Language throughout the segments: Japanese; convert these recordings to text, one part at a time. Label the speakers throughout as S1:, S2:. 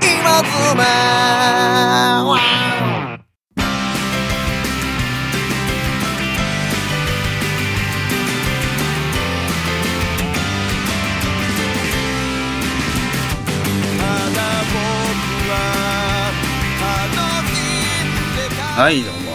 S1: 妻
S2: はい、どうも。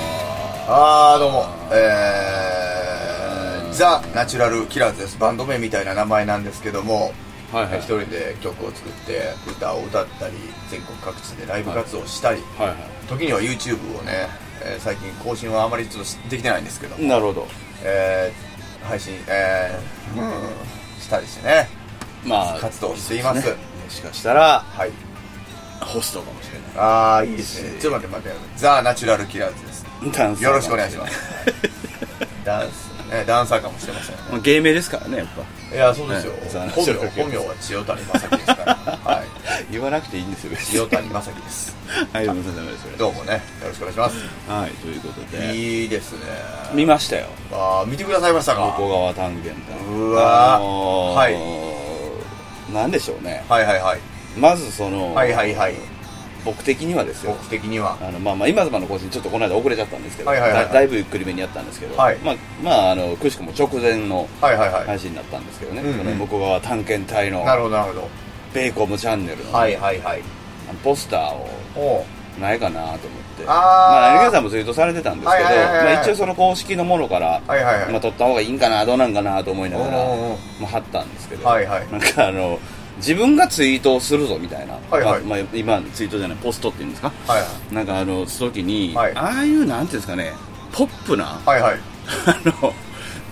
S3: あーどうもえー、ザ・ナチュラル・キラーズですバンド名みたいな名前なんですけども、
S2: はいはい
S3: 一人で曲を作って歌を歌ったり全国各地でライブ活動をしたり、
S2: はいは
S3: 時には YouTube をね、えー最近更新はあまりちょっとできてないんですけど
S2: い。なるほど。
S3: えー配信、えーうんしたりしてね
S2: まあ、
S3: 活動しています
S2: そうでねもしかしたら、
S3: はい
S2: ホストかもしれな
S3: ああいいですねちょっと待って待ってザ・ナチュラル・キラーズです
S2: い。ダンサー
S3: よろしくお願いしま。すダンス、ね、ダンサーかもしれません
S2: まあ芸名ですからね、やっぱ。
S3: いやそうですよ、
S2: はい残
S3: 本
S2: 念
S3: 名本名は千代谷正樹ですからはい
S2: 言わなくていいんですよ、別
S3: 千代谷正樹です
S2: はい、ごめんなさい、ダメです、それ
S3: どうもねよろしくお願いします、
S2: はい、ということで、
S3: いいですね
S2: 見ましたよ。
S3: あー見てくださいましたか
S2: 横川探検隊。
S3: うわーは
S2: はい。なんでしょうね。
S3: はいはいはい
S2: まずその、
S3: はいはいはい
S2: 僕的にはですよ
S3: 僕。的には
S2: あのまあまあ今様の更新ちょっとこの間遅れちゃったんですけど、
S3: はいはいはいはい
S2: だだいぶゆっくりめにやったんですけど、
S3: はい
S2: まあまああのくしくも直前の
S3: はいはいはい、
S2: 配信になったんですけどね、
S3: うんうん
S2: この向こう側探検隊の
S3: なるほどなるほ
S2: ベーコムチャンネルの、
S3: どはいはいはい
S2: あのポスターを
S3: おう
S2: ないかなと思って
S3: あー
S2: まあ NK さんもツイートされてたんですけど、
S3: はいはいはいはい
S2: まあ、一応その公式のものから、
S3: はいはいはい
S2: まあ、撮った方がいいんかなどうなんかなと思いながら、
S3: おうおうおう
S2: まあ、貼ったんですけど、
S3: はいはい
S2: なんかあの自分がツイートをするぞみたいな、
S3: はいはい
S2: まあまあ、今ツイートじゃないポストっていうんですか、
S3: はい
S2: なんかあの時に、
S3: はい
S2: ああいうなんていうんですかねポップな、
S3: はいはい
S2: あの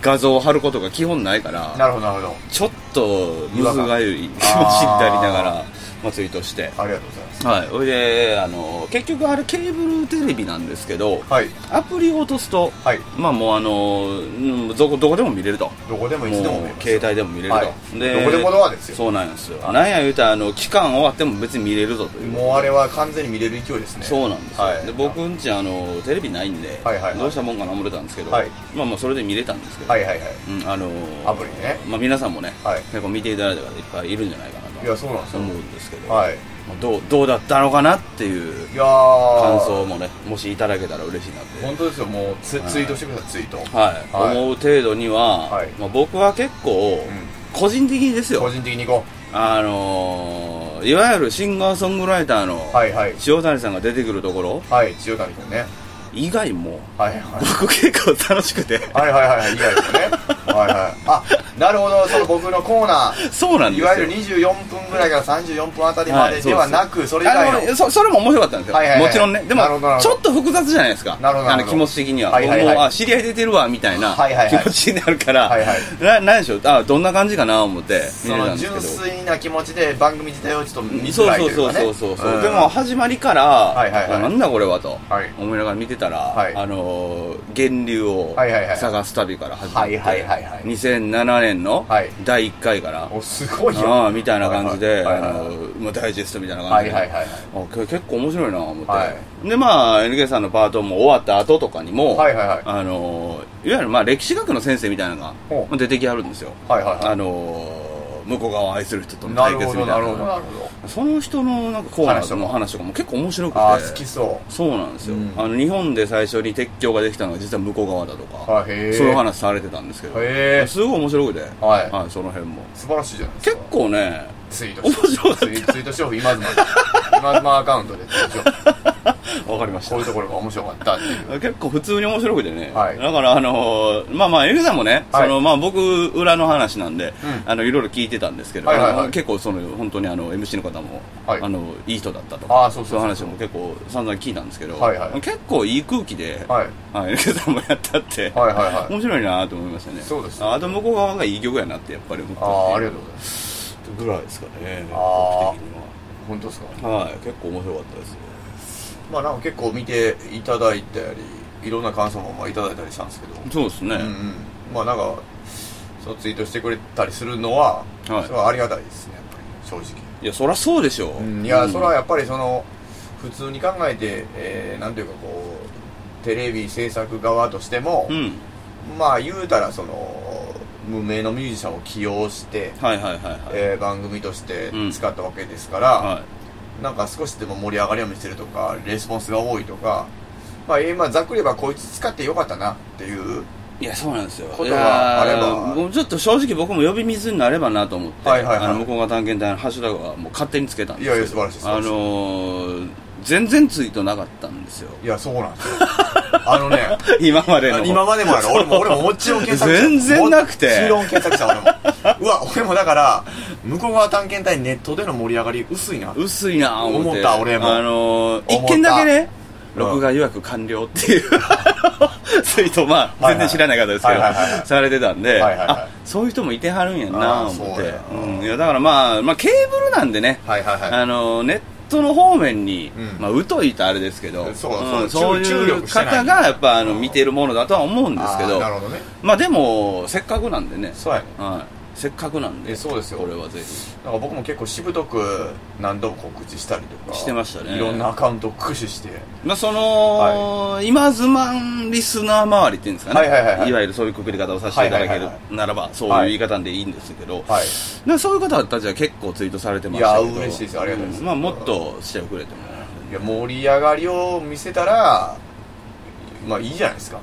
S2: 画像を貼ることが基本ないから
S3: なるほどなるほ
S2: ちょっとむずがゆい気 持ちになりながら、まあ、ツイートして
S3: どありがとうございます
S2: はいそれであの結局あれケーブルテレビなんですけど、
S3: はい
S2: アプリを落とすと、
S3: はい
S2: まあもうあの、うんどこどこでも見れると
S3: どこでもいつでも見れ
S2: う
S3: ます
S2: 携帯でも見れると、
S3: はいどこでもドアですよ
S2: そうなんですよなんや言うたらあの期間終わっても別に見れるぞという
S3: もうあれは完全に見れる勢いですね
S2: そうなんですよ、
S3: はい
S2: で僕んちあのテレビないんで、
S3: はいはいはい
S2: どうしたもんかな思ってたんですけど、
S3: はい
S2: まあまあそれで見れたんですけど、
S3: はいはいはい
S2: うんあの
S3: アプリね
S2: まあ、皆さんもね、
S3: はい
S2: 結構見ていただいた方いっぱいいるんじゃないかないと
S3: やそうなんですよ
S2: 思うんですけど、
S3: はい
S2: まあどうどうだったのかなっていう
S3: いやー
S2: 感想もねもしいただけたら嬉しいなって
S3: 本当ですよもうツ,、
S2: はい
S3: ツイートしてくださいツイート
S2: はい、
S3: はい
S2: 思う程度には、
S3: はい
S2: まあ、僕は結構、個人的にです
S3: 個
S2: よ
S3: 人的に行こ
S2: あのーいわゆるシンガーソングライターの
S3: うはいはい
S2: 塩谷さんが出てくるところ
S3: はい千代谷君ね
S2: 以外も
S3: はいはい
S2: 僕結構楽しくて
S3: はいはいはいはい以外ですねはいはいあなるほどその僕のコーナー
S2: そうなんで
S3: い
S2: すよ
S3: わゆる24分ぐらいから34分あたりま
S2: は
S3: で
S2: いそうです
S3: ではなく、それ以
S2: あ
S3: 外
S2: の
S3: の
S2: そそれも面白かったんですよ、
S3: はいはいはい
S2: もちろんねで
S3: なるほどなる
S2: も
S3: ほ
S2: ち
S3: ど
S2: ょっと複雑じゃないですか
S3: なるほどな
S2: あ
S3: る
S2: の
S3: ほど
S2: 気持ち的には,、
S3: はいはいはい
S2: もうあ知り合い出てるわみたいな
S3: はいはいはい
S2: 気持ちになるから、
S3: はいはい
S2: ななんでしょうあどんな感じかな思って見
S3: そ
S2: れ
S3: の
S2: たんですけ
S3: 純
S2: ど
S3: 粋な気持ちで番組自体をちょっと見づ
S2: そう
S3: らい
S2: そ
S3: と
S2: う
S3: いうか
S2: そう
S3: ね
S2: そうそうそう、
S3: ん
S2: でも始まりから、
S3: いはいはい
S2: あなんだこれはと、
S3: はい
S2: 思いながら見てたら、
S3: はい
S2: あのー源流を
S3: はいはいはい
S2: 探す旅から始まっ
S3: はい
S2: て、
S3: はいはいはい
S2: 2007年の
S3: はい
S2: 第1回から、
S3: おすごいよ
S2: ああみたいな感じで、
S3: はいはいはい
S2: あのまあダイジェストみたいな
S3: は
S2: 感
S3: い
S2: じで、
S3: はいはい
S2: あ今日結構面白いなと思って、
S3: は
S2: でまあ NK さんのパートも終わった後とかにも、
S3: はいはいはい
S2: あのいわゆるまあ歴史学の先生みたいなのが
S3: ほう
S2: まあ出てきはるんですよ、
S3: はいはいは
S2: あの向こう側を愛する人と
S3: い
S2: の
S3: な
S2: 対
S3: る
S2: 決み
S3: ほ
S2: た
S3: ど
S2: い
S3: な
S2: な
S3: るほどなるほど
S2: その人のなんかコーナーの話とかも結構面白くて
S3: ああ好きそ
S2: そうなんですよ、
S3: うん
S2: あの日本で最初に鉄橋ができたのが実は向こう側だと
S3: う
S2: か
S3: あへえ
S2: そういう話されてたんですけど
S3: へえ
S2: すごい面白くて、
S3: はい
S2: その辺も
S3: 素晴らしいじゃないです
S2: 結
S3: か
S2: 構ね
S3: ツイート
S2: 面白かった
S3: ツイツイートしよう今妻今妻アカウントでツイートしよう
S2: わかりまし
S3: こ
S2: た
S3: ういうところが面白かった っていう
S2: 結構普通に面白くてね、
S3: はい
S2: だからあのーまあまあエルさんもね、
S3: はい
S2: そのまあ僕裏の話なんで、
S3: う
S2: あのいろいろ聞いてたんですけど、
S3: はいはいはい
S2: あの結構その本当にあの MC の方も、
S3: はい
S2: あのいい人だったと
S3: あーそうそうそう
S2: いう話も結構散々聞いたんですけど、
S3: はいはい
S2: 結構いい空気で、
S3: はい
S2: あエルさんもやったって、
S3: はいはいはい
S2: 面白いなと思いましたね
S3: そうです
S2: ああと向こう側がいい曲やなってやっぱり思った
S3: あ
S2: んで
S3: あありがとうございます
S2: ぐらいですかね
S3: あー
S2: 僕的に
S3: 本当ですか
S2: ははい結構面白かったですよ
S3: まあなんか結構見ていただいたりいろんな感想もまあいただいたりしたんですけど
S2: そうですね、
S3: うんうんまあなんかそうツイートしてくれたりするのはそれ
S2: はい
S3: はありがたいですねやっぱり正直
S2: いやそりゃそうでしょう、
S3: うんいや、
S2: うん
S3: それはやっぱりその普通に考えて、えーなんていうかこうテレビ制作側としても、
S2: うん
S3: まあ言うたらその無名のミュージシャンを起用して、
S2: はいはいはいはい、
S3: えー番組として
S2: うん
S3: 使ったわけですから、
S2: は
S3: なんか少しでも盛り上がりを見せるとかレスポンスが多いとか、まあ、今ざっくり言えばこいつ使ってよかったなっていう
S2: いやそうなんですよ
S3: ことはあれば
S2: いやーもうちょっと正直僕も呼び水になればなと思って、
S3: はいはいはい
S2: あの向こうが探検隊のハッシュタグはもう勝手につけたんです
S3: いやいや素晴らしい素晴
S2: あ
S3: らしい
S2: のー全然ツイートなかったんですよ
S3: いやそうなんですよあのね
S2: 今までの
S3: 今までもやろ俺も俺ももちろん検索した
S2: 全然なくて
S3: もちろん検索した俺もうわ俺もだから向こう側探検隊ネットでの盛り上がり薄いな
S2: 薄いなぁ思って
S3: 思った俺も
S2: あのー
S3: 思った
S2: 一件だけね
S3: うん
S2: 録画予約完了っていう ツイートまあ
S3: はいはい
S2: 全然知らない方ですけど
S3: はいはいはい
S2: されてたんで
S3: はいはいはい
S2: あそういう人もいてはるんやなぁ思っ
S3: あーそうや
S2: てうんいやだからまあまあケーブルなんでね
S3: はいはいはい
S2: あのーネットの方面に
S3: うん
S2: まあ疎いとあれですけど
S3: そうそう
S2: うんそう
S3: 注
S2: いう
S3: 力してない
S2: 方がやっぱあの
S3: うん
S2: 見てるものだとは思うんですけ
S3: あー
S2: ど
S3: なるほどね
S2: まあでもせっかくなんでね
S3: そうやね
S2: はいせっかくなんで
S3: えそうですよ
S2: これはぜひ
S3: なんか僕も結構しぶとく何度も告知したりとか
S2: してましたね
S3: いろんなアカウントを駆使して
S2: まあ、その、今ズマンリスナー周りっていうんですかね、
S3: はいはいはいはい
S2: わゆるそういうくくり方をさせていただけ
S3: はいはい
S2: る
S3: はいは
S2: ならば、そういう言い方でいいんですけど、
S3: はい
S2: なんかそういう方たちは結構ツイートされてましたけど、
S3: いや嬉しいですありがたいです
S2: んまあ、もっとしてくれてもね、
S3: いや盛り上がりを見せたらまあいいじゃないですか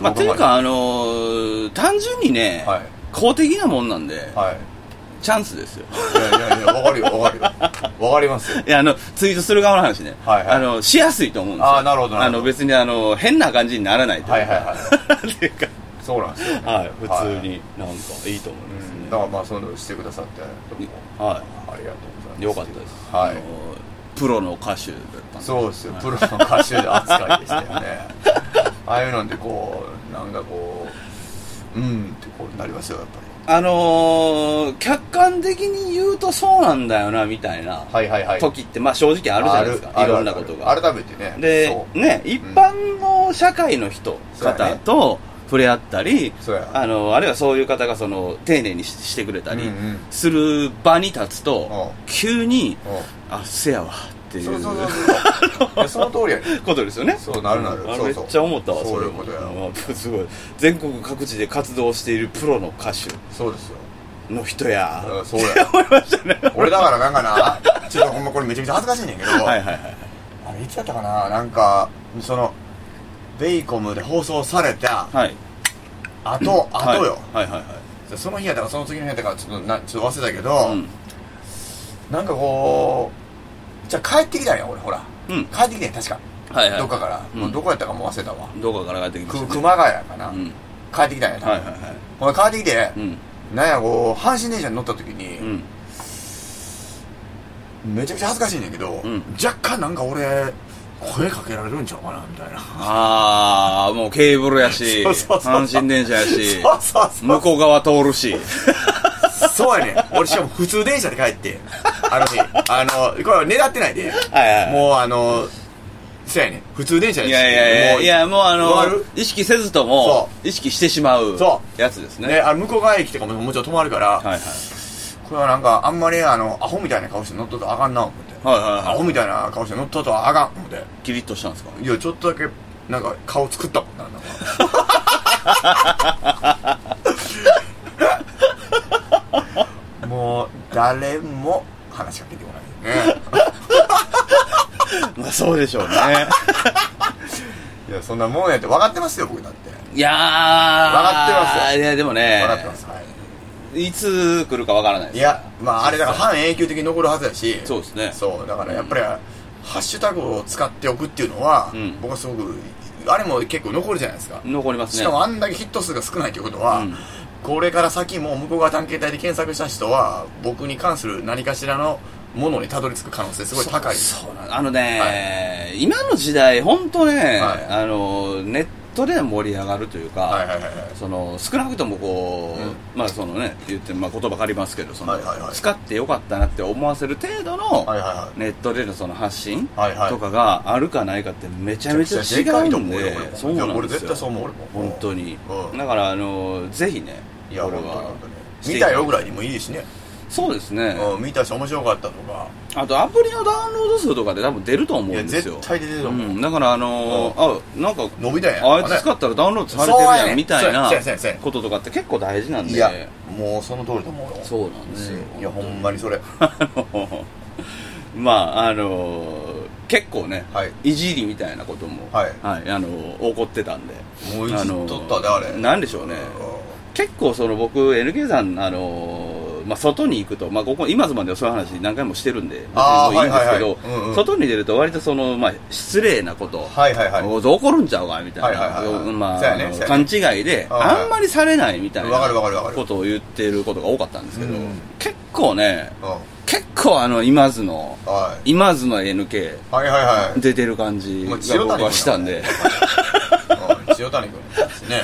S2: まあ、と
S3: 僕
S2: いう
S3: も
S2: か、あのー単純にね、
S3: はい
S2: 公的なもんなんで、
S3: はい
S2: チャンスですよ。
S3: いやいやいやわかるよわかるよわかりますよ
S2: いやあのツイートする側の話ね、
S3: はいはい
S2: あのしやすいと思うんですよ
S3: あーなるほどなるほど
S2: あの別にあの変な感じにならないというか、
S3: はいはいは
S2: っていうか、
S3: そうなんですよ
S2: はい、普通になんかいいと思いますね、
S3: だからまあそういうのしてくださってどうも
S2: は
S3: ありがとうございます
S2: い、よかったです。
S3: は
S2: あの
S3: い
S2: プロの歌手だったんで。
S3: そうですよ
S2: はい
S3: プロの歌手で扱いでしたよね ああいうのでこうなんかこううんってこうなりますよやっぱり
S2: あのー、客観的に言うとそうなんだよな、みたいな
S3: はいはいはい
S2: 時って、まあ正直あるじゃないですか。
S3: あ
S2: い
S3: る
S2: ろんなこと
S3: あ
S2: が
S3: る。改めてね
S2: で
S3: そ、う
S2: ね、一般の社会の人、
S3: そうやね
S2: 方と触れ合ったり、
S3: そうや
S2: あの、あるいはそういう方がその、丁寧にししてくれた
S3: うん
S2: り
S3: うん
S2: する場に立つと、
S3: う
S2: 急に、
S3: うん
S2: あ、せやわ、ってい
S3: そう
S2: う
S3: そうそう そういやその通りやね
S2: ことですよね。
S3: そうなるなる
S2: あれ
S3: そう
S2: めっ
S3: そう
S2: ちゃ思ったわ
S3: そういう
S2: れ
S3: ことや
S2: うんすごい全国各地で活動しているプロの歌
S3: そうですよ
S2: 手の人や
S3: うんそうや 思いましたね俺だからなんかなちょっとほんまこれめちゃくちゃ恥ずかしいねんけど
S2: はいはいはい
S3: あれいつだったかななんかそのベイコムで放送された
S2: はい
S3: あとあとよ、
S2: はいはいはい
S3: その日やったかその次の日やったかちょっとなちょっと忘れたけど、
S2: はいうん
S3: なんかこうじゃあ帰ってきたんや俺ほら
S2: うん
S3: 帰ってきてん確か、
S2: はいはい
S3: どっかから、
S2: うん
S3: もうどこやったかもう忘れたわ
S2: どこから帰ってきまし
S3: く
S2: た
S3: 熊谷かな、
S2: うん
S3: 帰ってきたんやな、
S2: はいはいは
S3: ほら帰ってきて
S2: い、うん
S3: なんやこう阪神電車に乗った時に、
S2: うん
S3: めちゃくちゃ恥ずかしいねんけど、
S2: うん
S3: 若干なんか俺声かけられるんちゃうかなみたいな
S2: ああもうケーブルや し
S3: そうそうそう
S2: 阪神電車やし
S3: そうそうそう
S2: 向こう側通 るし
S3: そうやねん俺しかも普通電車で帰ってあの日あのこれは狙ってないで
S2: はいはい
S3: もうあのそうやねん普通電車で
S2: いやいやいやいやもうあ
S3: わか
S2: の
S3: る
S2: 意識せずと
S3: そ
S2: も意識してしまう
S3: そ
S2: やつですね
S3: ね、あの向こう側駅とかももちろん止まるから、
S2: はいはい
S3: これはなんかあんまりあのアホみたいな顔して乗っとったらあかんな思って、
S2: はいはいはい
S3: アホみたいな顔して乗っとったらあかん思って
S2: キリッとした んですか
S3: いやちょっとだけなんか顔作ったもんななんか もう誰も話しかけてこないね
S2: まあそうでしょう ね
S3: いやそんなもんやって分かってますよ僕だって
S2: いやー
S3: かってますよ
S2: いやでも
S3: 分
S2: ね
S3: かってます、はい
S2: いつ来るかわからない
S3: い
S2: です
S3: やまああれだから半永久的に残るはずだし
S2: そうですね
S3: そうだからやっぱり、ハッシュタグを使っておくっていうのは、
S2: うん
S3: 僕はすごくあれも結構残るじゃないですか、
S2: 残りますね
S3: しかもあんだけヒット数が少ないということは、
S2: うん
S3: これから先も向こう側探検隊で検索した人は僕に関する何かしらのものにたどり着く可能性すごい高い
S2: そうそうなんあのね、今の時代本当ね、
S3: はい
S2: あのネットで盛り上がるというか、
S3: はいはいはいはい
S2: その少なくともこう、まあそのね言って、まあ、言葉借りますけどその、
S3: はいはいはい
S2: 使ってよかったなって思わせる程度の、
S3: はいはいはい
S2: ネットでのその発信
S3: はいはい
S2: とかがあるかないかってめちゃめちゃ違
S3: いと
S2: うん
S3: 思うよ
S2: で
S3: 俺も
S2: そう
S3: いや
S2: なん
S3: 俺
S2: で
S3: 絶
S2: す
S3: 対そう
S2: よ
S3: 思う俺も
S2: 本当に
S3: うん
S2: だからあのぜひね
S3: いや
S2: これ
S3: 本当に
S2: は
S3: 本当に見たよぐらいにもいいしね、
S2: そうですね
S3: うん、見たし面白かったとか
S2: あとアプリのダウンロード数とかで多分出ると思うんです
S3: い
S2: よ
S3: や絶対出てると思うん
S2: だからあのーあなんか
S3: 伸びたんや
S2: あいつ使ったらダウンロードされてる
S3: そうや
S2: や
S3: ね
S2: んみたいな
S3: そうやそうやそうや
S2: こととかって結構大事なん
S3: いや
S2: で
S3: もうその通りと思うよ
S2: そうなんですよ
S3: いやほんまにそれ
S2: あの まああのー結構ね、
S3: はい
S2: いじりみたいなことも、
S3: はい
S2: あのー起こってたんで
S3: もういじっとったね
S2: あのー
S3: あれ
S2: なんでしょうね結構その僕 NK さんあのーまあ、外に行くと、まあ、ここ今妻ではそういう話何回もしてるんで別
S3: あー
S2: にもういいんです
S3: はいは
S2: けど、
S3: いはいうんうん
S2: 外に出ると割とその、まあ、失礼なこと、
S3: はいはいはい
S2: お怒るんちゃうかみたいな、
S3: はいはいはいはい
S2: ま
S3: そう
S2: あ
S3: やね
S2: あの
S3: そうや
S2: 勘
S3: ね
S2: 違いで
S3: はいはい
S2: あんまりされないみたい
S3: わかるわかる
S2: な
S3: わかる
S2: ことを言ってることが多かったんですけど、
S3: うん
S2: 結構ね
S3: うん
S2: 結構あの今津の
S3: はい
S2: 今津の NK
S3: はいはいはい
S2: 出てる感じが
S3: もう千代谷
S2: 僕
S3: 君
S2: はしたんで
S3: うん千代谷君ですね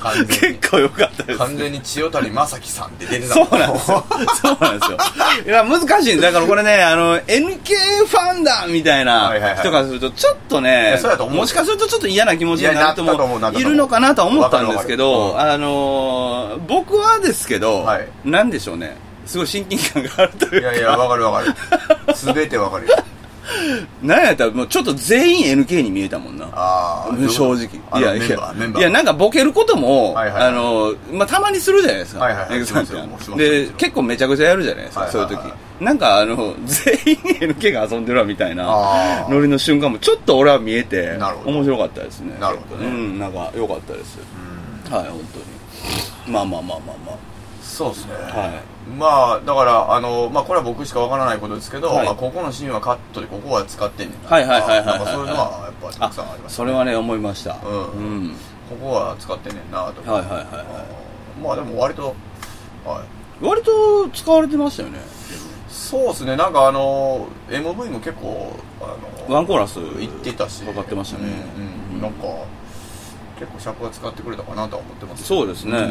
S3: 完全に
S2: 結構良かったです
S3: 完全に千代谷正樹さんって出てた
S2: そ
S3: も
S2: うなんですよ。そうなんですよ。いや、難しいんですだからこれね、あの、NK ファンだみた
S3: は
S2: い
S3: いはいは
S2: ない人からすると、ちょっと
S3: い
S2: ね
S3: やそうやと、思う
S2: もしかするとちょっと嫌な気持ちに
S3: いや
S2: な
S3: な
S2: る
S3: った
S2: 人
S3: と思うなったと
S2: も
S3: 思う
S2: いるのかなとは思ったんですけど、
S3: わか
S2: あのー、僕はですけど
S3: はい、
S2: なんでしょうね。すごい親近感があると
S3: い
S2: いう
S3: やいやわかるわかる全てわかるよ
S2: なんやったらもうちょっと全員 NK に見えたもんな。
S3: ああ
S2: 正直。
S3: あ
S2: い
S3: の
S2: や、
S3: メ
S2: い
S3: ンバーメ
S2: や
S3: ンバー
S2: いや、なんかボケることも、
S3: はいはいはい
S2: あの、まあ、たまにするじゃないですか。
S3: はいはいはい
S2: エグザン
S3: しますよ
S2: ってで、結構めちゃくちゃやるじゃないですか、
S3: はいはいはい
S2: そういう時。なんか、あの、 全員 NK が遊んでるわみたいな、
S3: ああ
S2: ノリの瞬間も、ちょっと俺は見えて
S3: なる、ほど
S2: 面白かったですね。
S3: なるほどね
S2: うん、なんか、良かったです。はい、本当に。まあまあまあまあま
S3: そうですね、
S2: は
S3: まあだからあの、まあ、これは僕しかわからないことですけど、
S2: はい
S3: まあ、ここのシーンはカットでここは使ってんねんな
S2: はいはいはいはい
S3: なんかそういうのはやっぱ
S2: あ。
S3: たくさんあります
S2: それはね、思いました。
S3: うん
S2: うん。
S3: ここは使ってんねんなとか、
S2: はいはいはいは
S3: あーまあでも割と、はい、
S2: い。割と使われてましたよね。
S3: そうですねなんかあの MV も結構あの
S2: ワンコーラス
S3: 行ってたし
S2: かかってましたね。
S3: うんうんなんか結構尺は使ってくれたかなとは思ってます
S2: そうですね、
S3: うん
S2: う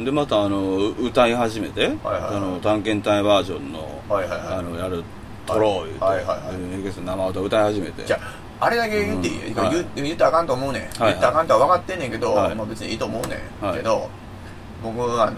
S2: んでまたあの歌い始めて、
S3: はいはい
S2: あの探検隊バージョンの,、
S3: はいはいはい
S2: あのやる撮ろう言うて、
S3: はいはいはいはい
S2: でエゲスの生歌歌い始めて
S3: じゃああれだけ言っていい、
S2: う
S3: 言
S2: ん
S3: う
S2: はい
S3: 言ったらあかんと思うねん、言
S2: はい
S3: ったらあかんとは分かってんねんけど、
S2: はい
S3: まあ、別にいいと思うねん、
S2: はい
S3: けど僕あの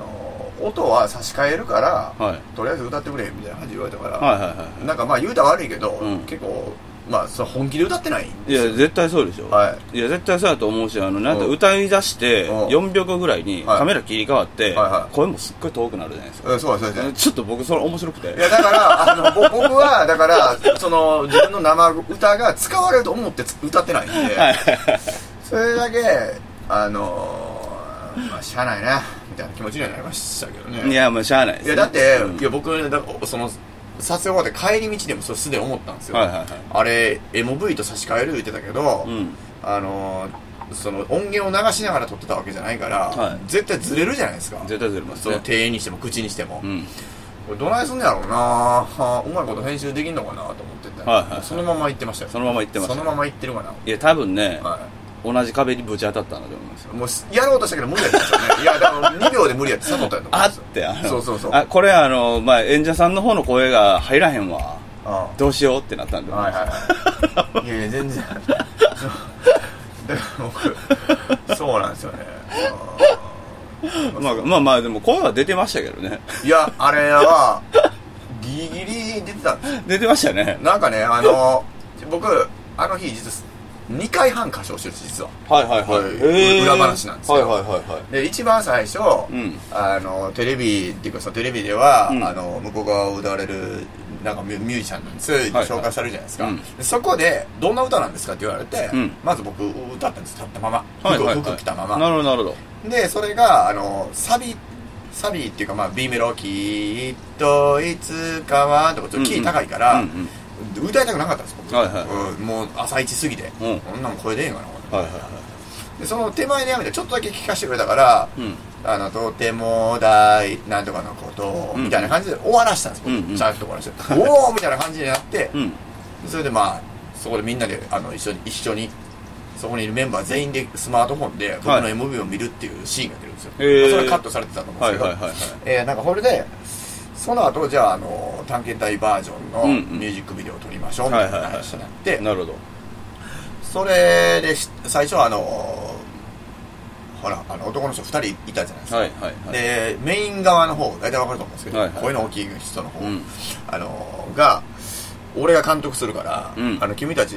S3: 音は差し替えるから、
S2: はい
S3: とりあえず歌ってくれみたいな感じで言われたから、
S2: はいはいは
S3: なんかまあ言うたら悪いけど、
S2: うん
S3: 結構まあそれ本気で歌ってないん
S2: いい
S3: です
S2: や
S3: よ
S2: 絶対そうでしょ、、
S3: はい
S2: や絶対そうだと思うしあのなんか
S3: うん
S2: 歌い出して
S3: うん
S2: 4秒後ぐらいに
S3: はい
S2: カメラ切り替わっ
S3: は
S2: て、
S3: いはい
S2: 声もすっごい遠くなるじゃないですか、
S3: うんそうですそうです
S2: ちょっと僕それ面白くて
S3: いやだからあのぼ僕はだからその自分の生歌が使われると思ってつ歌ってないんで、それだけあのーまあしゃあないなみたいな気持ちにはなりましたけどね
S2: いやもうしゃあないです、
S3: いやだって、
S2: うん
S3: いや僕ねだその撮影終わって帰り道でもそれすでに思ったんですよ、
S2: はいはいはい
S3: あれ MV と差し替える言ってたけど、
S2: うん
S3: あのーその音源を流しながら撮ってたわけじゃないから、
S2: はい
S3: 絶対ずれるじゃないですか
S2: 絶対ずれます
S3: その
S2: ね
S3: 手にしても口にしても、
S2: うん
S3: これどないすんのやろうなはうまいこと編集できんのかなと思ってたら、
S2: はいはいはい
S3: そのまま行ってましたよ
S2: そのまま行ってました
S3: そのまま行ってるかない
S2: や多分ね、
S3: は
S2: 同じ壁にぶち当たったんだと思いますよ
S3: いもうすやろうとしたけど無理やったんですよねいやだから2秒で無理やって悟ったんやと思
S2: あ
S3: うんで
S2: っ
S3: すよ
S2: てあの
S3: そうそうそう
S2: あこれあの、まあ、演者さんの方の声が入らへんわ
S3: あ
S2: どうしようってなったんで、
S3: はいはいはいいやいや全然そうだから僕そうなんですよね
S2: まあ、まあまあでも声は出てましたけどね
S3: いやあれはギリギリ出てたんですよ
S2: 出てましたね
S3: なんかねあの僕あの日実は2回半歌唱してるんです実は
S2: はいはいはい、
S3: はい
S2: へー
S3: 裏話なんですよ
S2: はいはいはいはい
S3: で一番最初、
S2: うん
S3: あのテレビっていうかそのテレビでは、
S2: うん
S3: あの向こう側を歌われるなんかミュミュージシャンなんですって
S2: はい
S3: 紹介されるじゃないですか、
S2: うん
S3: でそこで「どんな歌なんですか?」って言われて、
S2: うん
S3: まず僕歌ったんです立ったまま服,、
S2: はいはいはい
S3: 服着たま
S2: な
S3: ま
S2: るほどなるほど
S3: でそれがあのサビサビっていうか、まあ、B メロ「きっといつかは」とかちょっとキー高いから、
S2: うんうん
S3: 歌いたくなかったんです僕、
S2: はいはい
S3: うんもう朝一過ぎて、
S2: うん
S3: こんなん声出えんかなこれ
S2: はいはいは
S3: でその手前でやめてちょっとだけ聞かせてくれたから、
S2: いうん
S3: あの、とても大、なんとかのことを、
S2: うん
S3: みたいな感じで終わらしたんですよ。
S2: うんうん
S3: ちゃんと終わらして。おおみたいな感じになって、
S2: うん
S3: それでまあ、そこでみんなで、あの、一緒に、一緒に、そこにいるメンバー全員でスマートフォンで、僕の
S2: はい
S3: MV を見るっていうシーンが出るんですよ。
S2: へー
S3: まあそれカットされてたと思うんですけど、
S2: はいはいはいはい
S3: えーなんかこれで、その後、じゃあ、あの、探検隊バージョンの
S2: うんうん
S3: ミュージックビデオを撮りましょう、みたいな話になって、
S2: なるほど
S3: それでし、最初はあの、ほら、あの、男の人2人いたじゃないですか。
S2: はいはいはい
S3: でメイン側の方大体わかると思うんですけど、
S2: はいはい
S3: 声の大きい人の方、
S2: うん
S3: あのーが俺が監督するから、
S2: うん
S3: あの君たち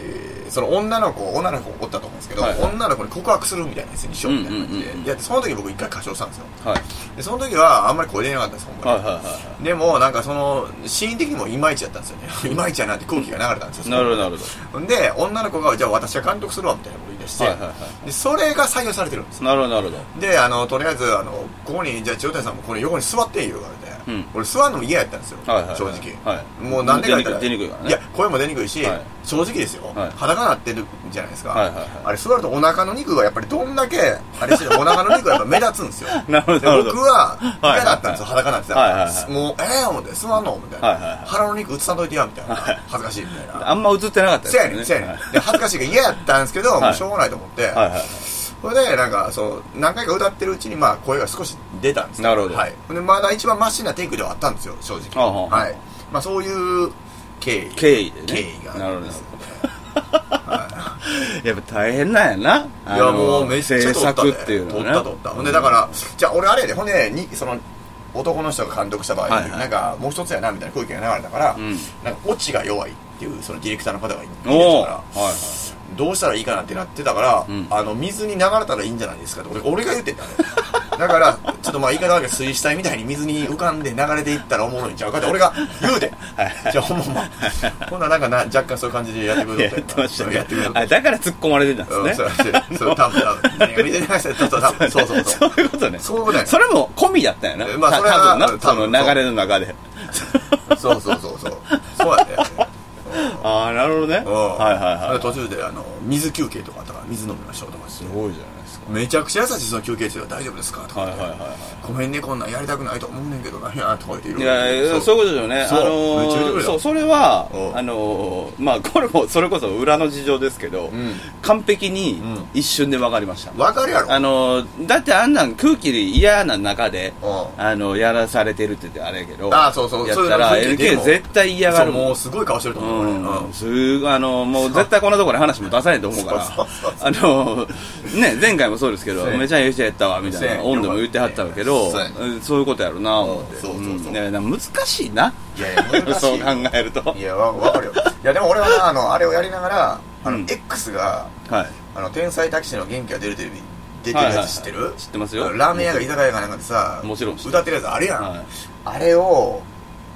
S3: その女の子女の子おったと思うんですけど、
S2: はいはい
S3: 女の子に告白するみたいなやつにしようみたいな感じで、
S2: うんうんうんうん
S3: いやその時僕一回歌唱したんですよ
S2: はい
S3: でその時はあんまり声出なかったんですほんまに、
S2: はいはいは
S3: でもなんかそのシーン的にもいまいちだったんですよね いまいちやなって空気が流れたんです
S2: い
S3: よ
S2: なるほどなるほ
S3: で女の子がじゃあ私が監督するわみたいなこと言い出して、
S2: はいはいは
S3: でそれが採用されてるんです
S2: どなるほどなるほど
S3: であのとりあえずあのここにじゃあ千代田さんもこの横に座っていいよ言われて、
S2: うん
S3: 俺座るのも嫌やったんですよ、
S2: はいはいはい
S3: 正直、
S2: はい
S3: もうなんでか言った
S2: 出にくい出にくいからね
S3: いや声も出にくいし、
S2: はい
S3: 正直ですよ、
S2: はい
S3: 裸になってるじゃないですか、
S2: はいはいはい
S3: あれ座るとお腹の肉がやっぱりどんだけあれしてるお腹の肉がやっぱ目立つんですよ
S2: なるほど
S3: で
S2: なるほど
S3: 僕は嫌だったんですよ、
S2: はい
S3: 裸になってたから、
S2: はいはいはい
S3: もうええー、思って座んのみたいな、
S2: はいはいはい
S3: 腹の肉映さんといてやみたいな、恥ずかしいみたいな
S2: あんま映ってなかった
S3: せやねんせやねん、
S2: はい
S3: で恥ずかしいから嫌やったんですけど、
S2: い
S3: もうしょうがないと思って、
S2: はいはい
S3: それでなんかそう何回か歌ってるうちにまあ声が少し出たんですよ
S2: なるほど
S3: はい、でまだ一番マシなテイクではあったんですよ正直
S2: あはは
S3: はいまあ、そういう経緯
S2: 経緯でね
S3: 経緯があるんですよ
S2: やっぱ大変なんやない
S3: やもうめっちゃ撮
S2: 制
S3: った
S2: 作
S3: で
S2: っていうの
S3: 撮
S2: は
S3: っ
S2: ね
S3: た撮ったほんでだからじゃあ俺あれやでほんでにその男の人が監督した場合、
S2: はいはい
S3: なんかもう一つやなみたいな空気が流れたから、
S2: ん
S3: なんかオチが弱いっていうそのディレクターの方がいてた
S2: おお
S3: から
S2: はいはい
S3: どうしたらいいかなってなってたから、
S2: うん
S3: あの水に流れたらいいんじゃないですかって俺俺が言ってんだねだから ちょっとまあ言い方だけど水死体みたいに水に浮かんで流れていったらおもろいんちゃうかって俺が言うでじゃあほんまほんまほんならなんかな若干そういう感じでやってくれ
S2: や
S3: る
S2: ってました
S3: やってくれる
S2: ねあだから突っ込まれてたんです
S3: うん
S2: ね
S3: そうそうそう多分多分水に流してた多分そうそうそう
S2: そういうことね。
S3: そういうことね
S2: それも込みだったよな。
S3: まあ
S2: た
S3: それは
S2: 多分な、そ
S3: 多分そう
S2: の流れの中で。
S3: そうそうそうそうそうやって
S2: ああ、なるほどね。はいはいはい。
S3: 途中であの水休憩とかあったから水飲みましょうとかして
S2: すごいじゃないですか。
S3: めちゃくちゃ優しいその休憩中は大丈夫ですかとか
S2: はい
S3: 言
S2: は
S3: っ
S2: い
S3: て、
S2: はいは
S3: ごめんねこんなんやりたくないと思うねんけどなやとか言っていろ
S2: い。い
S3: いろ
S2: やいやそういうことですよね。あ
S3: そうめっちゃ言
S2: の
S3: う
S2: ー
S3: てくれた
S2: そう、それは
S3: う、ん
S2: あのー、まあ、これも、それこそ裏の事情ですけど
S3: ん、
S2: 完璧に
S3: ん
S2: 一瞬で分かりました。
S3: わかるやろ
S2: あのー、だってあんなん空気で嫌な中で、
S3: うん
S2: あの、やらされてるって言ってあれやけど、
S3: ああそうそう
S2: やっ
S3: そういう
S2: た
S3: の
S2: ら
S3: 雰囲気で
S2: LK
S3: も
S2: 絶対嫌がる
S3: そう
S2: もん
S3: もうすごい顔してると思う、俺うん
S2: うん、すごいあのもう絶対こんなところで話も出さないと思うから
S3: そうそう
S2: あのね前回もそうですけど
S3: そうや
S2: めちゃええ人やったわみたいな
S3: そうや
S2: 温度も言ってはったけど
S3: そうや
S2: うんそういうことやろな思って
S3: そうそうそうん
S2: ねなんか難しいない
S3: やいや難しい
S2: そう考えると
S3: いやわわかるよいやでも俺はなあのあれをやりながらあの、
S2: うん
S3: X が
S2: はい
S3: 「あの天才タキシーの元気が出るテレビ」出てるやつ知ってる、
S2: はいはいはい知ってますよ
S3: ラーメン屋が居酒屋かなんかでさ
S2: もちろん知ってる
S3: 歌ってるやつあるやん、
S2: はい
S3: あれを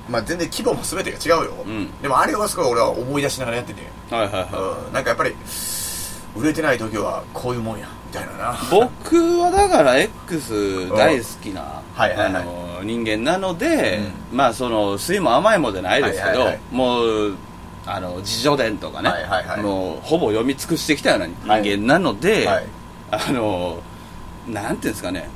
S3: まあ全然規模も全てが違うよ、
S2: うん
S3: でもあれをすごい俺は思い出しながらやってて、
S2: はいはいは
S3: うんなんかやっぱり売れてない時はこういうもんやみたいなない
S2: 僕はだから X 大好きな
S3: はいはいはい
S2: あの人間なので、まあその酸いも甘いもじゃないですけど、
S3: はいはいはい
S2: もうあの自叙伝とかね、
S3: はいはいはい
S2: もうほぼ読み尽くしてきたような人間なので、
S3: はい
S2: あのなんていうんですかね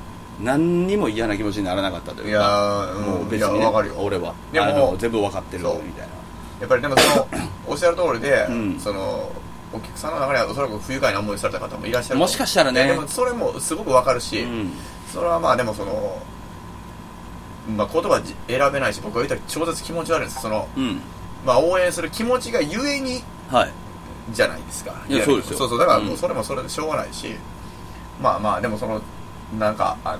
S2: 何にも嫌な気持ちにならなかったというか
S3: やー
S2: も
S3: うん
S2: う別
S3: いや
S2: に、ね、
S3: わかるよ
S2: 俺は
S3: でも
S2: あの全部分かってる
S3: そう
S2: みたいな
S3: やっぱりでもその おっしゃる通りで、
S2: うん
S3: そのお客さんの中にはおそらく不愉快な思いをされた方もいらっしゃる
S2: もしかしたらね
S3: いやでもそれもすごくわかるし、
S2: うん
S3: それはまあでもそのまあ言葉じ選べないし僕は言ったら超絶気持ち悪いんですその、
S2: うん
S3: まあ、応援する気持ちがゆえに
S2: はい
S3: じゃないですか
S2: いやそうですよ
S3: そうそうだからもううんそれもそれでしょうがないし、まあまあでもそのなんかあのーう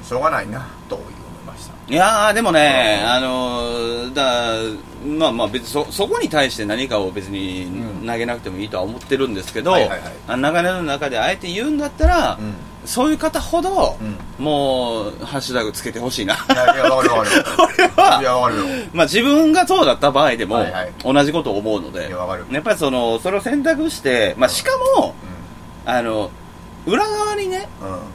S3: んしょうがないなという思いました
S2: いやーでもね、
S3: うん
S2: あのーだまあまあ別にそそこに対して何かを別に
S3: うん
S2: 投げなくてもいいとは思ってるんですけど、
S3: はいはいはい
S2: あの流れの中であえて言うんだったら、
S3: うん
S2: そういう方ほど、
S3: う
S2: もうハッシュタグつけてほしいな
S3: いやいやわかるわかる
S2: 俺はい
S3: やわかるよ
S2: まあ、自分がそうだった場合でも、
S3: はいはい
S2: 同じことを思うので
S3: いやわかる
S2: やっぱりそのそれを選択して、まあ、しかも
S3: う
S2: あの裏側に
S3: ん
S2: ね
S3: うん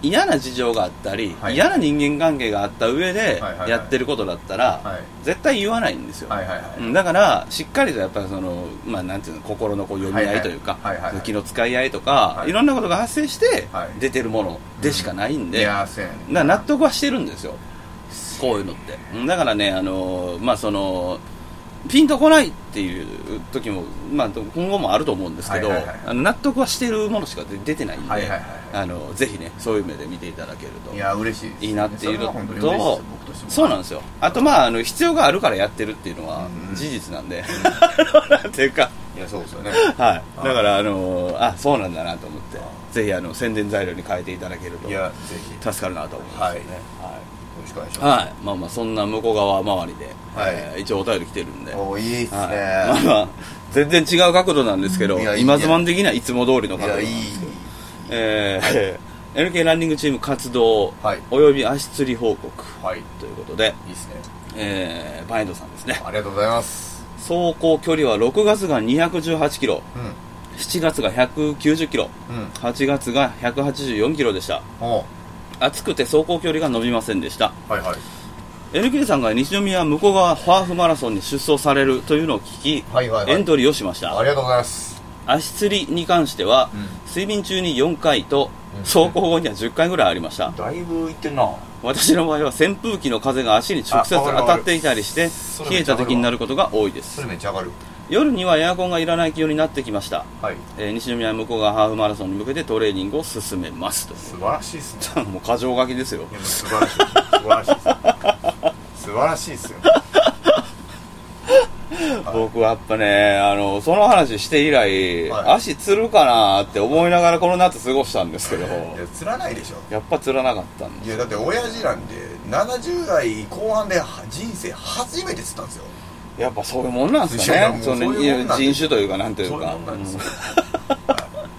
S2: 嫌な事情があったり、
S3: はい
S2: 嫌な人間関係があった上で
S3: はいはいはい
S2: やってることだったら、
S3: はい
S2: 絶対言わないんですよ、
S3: はいはいはい
S2: うんだからしっかりとやっぱりその、まあ、なんていうの心のこう読み合いというか
S3: はいはいはいはいはい
S2: 気の使い合いとか、
S3: はい
S2: い、ろんなことが発生して
S3: はい
S2: 出てるものでしかないん
S3: い
S2: で、
S3: やせやねん
S2: な納得はしてるんですよこういうのってうんだからねあのーまあそのピンとこないっていう時も、まあ、今後もあると思うんですけど、
S3: はいはいはい
S2: あの納得はしてるものしか出出てないんで、
S3: はいはいはい
S2: あのぜひねそういう目で見ていただけると
S3: いや嬉しいです
S2: いいなってい
S3: それ
S2: うの
S3: は本当に嬉しいです
S2: と
S3: 僕としても
S2: そうなんですよあとまああの必要があるからやってるっていうのは
S3: うん
S2: 事実なんで、あのなんていうか
S3: いやそうですよね
S2: はい
S3: あ
S2: だからあのーあそうなんだなと思って
S3: あ
S2: ぜひあの宣伝材料に変えていただけると
S3: いやぜひ
S2: 助かるなと思いますよね、はい
S3: ろしくお願いしま
S2: はいまあまあそんな向こう側周りで、
S3: はい
S2: えー一応お便り来てるんです
S3: おーいいっすね、
S2: はい、まあまあ全然違う角度なんですけど
S3: いやいいね
S2: 今ズマン的にはいつも通りの
S3: い
S2: 角度
S3: や
S2: ないん
S3: い
S2: ですけどえー NK ランニングチーム活動、
S3: はい
S2: および足つり報告
S3: はいい
S2: ということで、
S3: いっすね
S2: えー、バイドさんですね
S3: ありがとうございます
S2: 走行距離は6月が218キロ
S3: うん
S2: 7月が190キロ
S3: うん
S2: 8月が184キロでした
S3: お
S2: 暑くて走行距離が伸びませんでした
S3: はいはい
S2: NK さんが西宮向こう側ハーフマラソンに出走されるというのを聞き、
S3: はいはいはい
S2: エントリーをしました
S3: ありがとうございます
S2: 足つりに関しては、
S3: うん
S2: 睡眠中に4回と
S3: うん
S2: 走行後には10回ぐらいありました
S3: だいぶいってんな
S2: 私の場合は扇風機の風が足に直接
S3: あわ
S2: 当
S3: かるわか
S2: た
S3: る
S2: っていたりして
S3: それ
S2: 冷
S3: め
S2: え
S3: っちゃ
S2: た
S3: わかるわ
S2: 時になることが多いで
S3: そ
S2: す
S3: れめっちゃ上がる
S2: 夜にはエアコンがいらない気温になってきました、
S3: はい
S2: えー西宮向こうがハーフマラソンに向けてトレーニングを進めますと
S3: 素晴らしいっすね
S2: もう過剰書きですよ
S3: いやもう素晴らしい素晴らしいっす素晴らしいっすよ
S2: 僕はやっぱねあのその話して以来、
S3: はい
S2: 足つるかなって思いながらこの夏過ごしたんですけど
S3: いやつらないでしょ
S2: やっぱつらなかったんで
S3: いやだって親父なんで70代後半では人生初めてつったんですよ
S2: やっぱそういうもんなんです
S3: い
S2: か
S3: やも
S2: ね
S3: うそう
S2: その
S3: いうもんなんです
S2: 人種というかなんという
S3: そういう
S2: か
S3: もんなんですよ、はい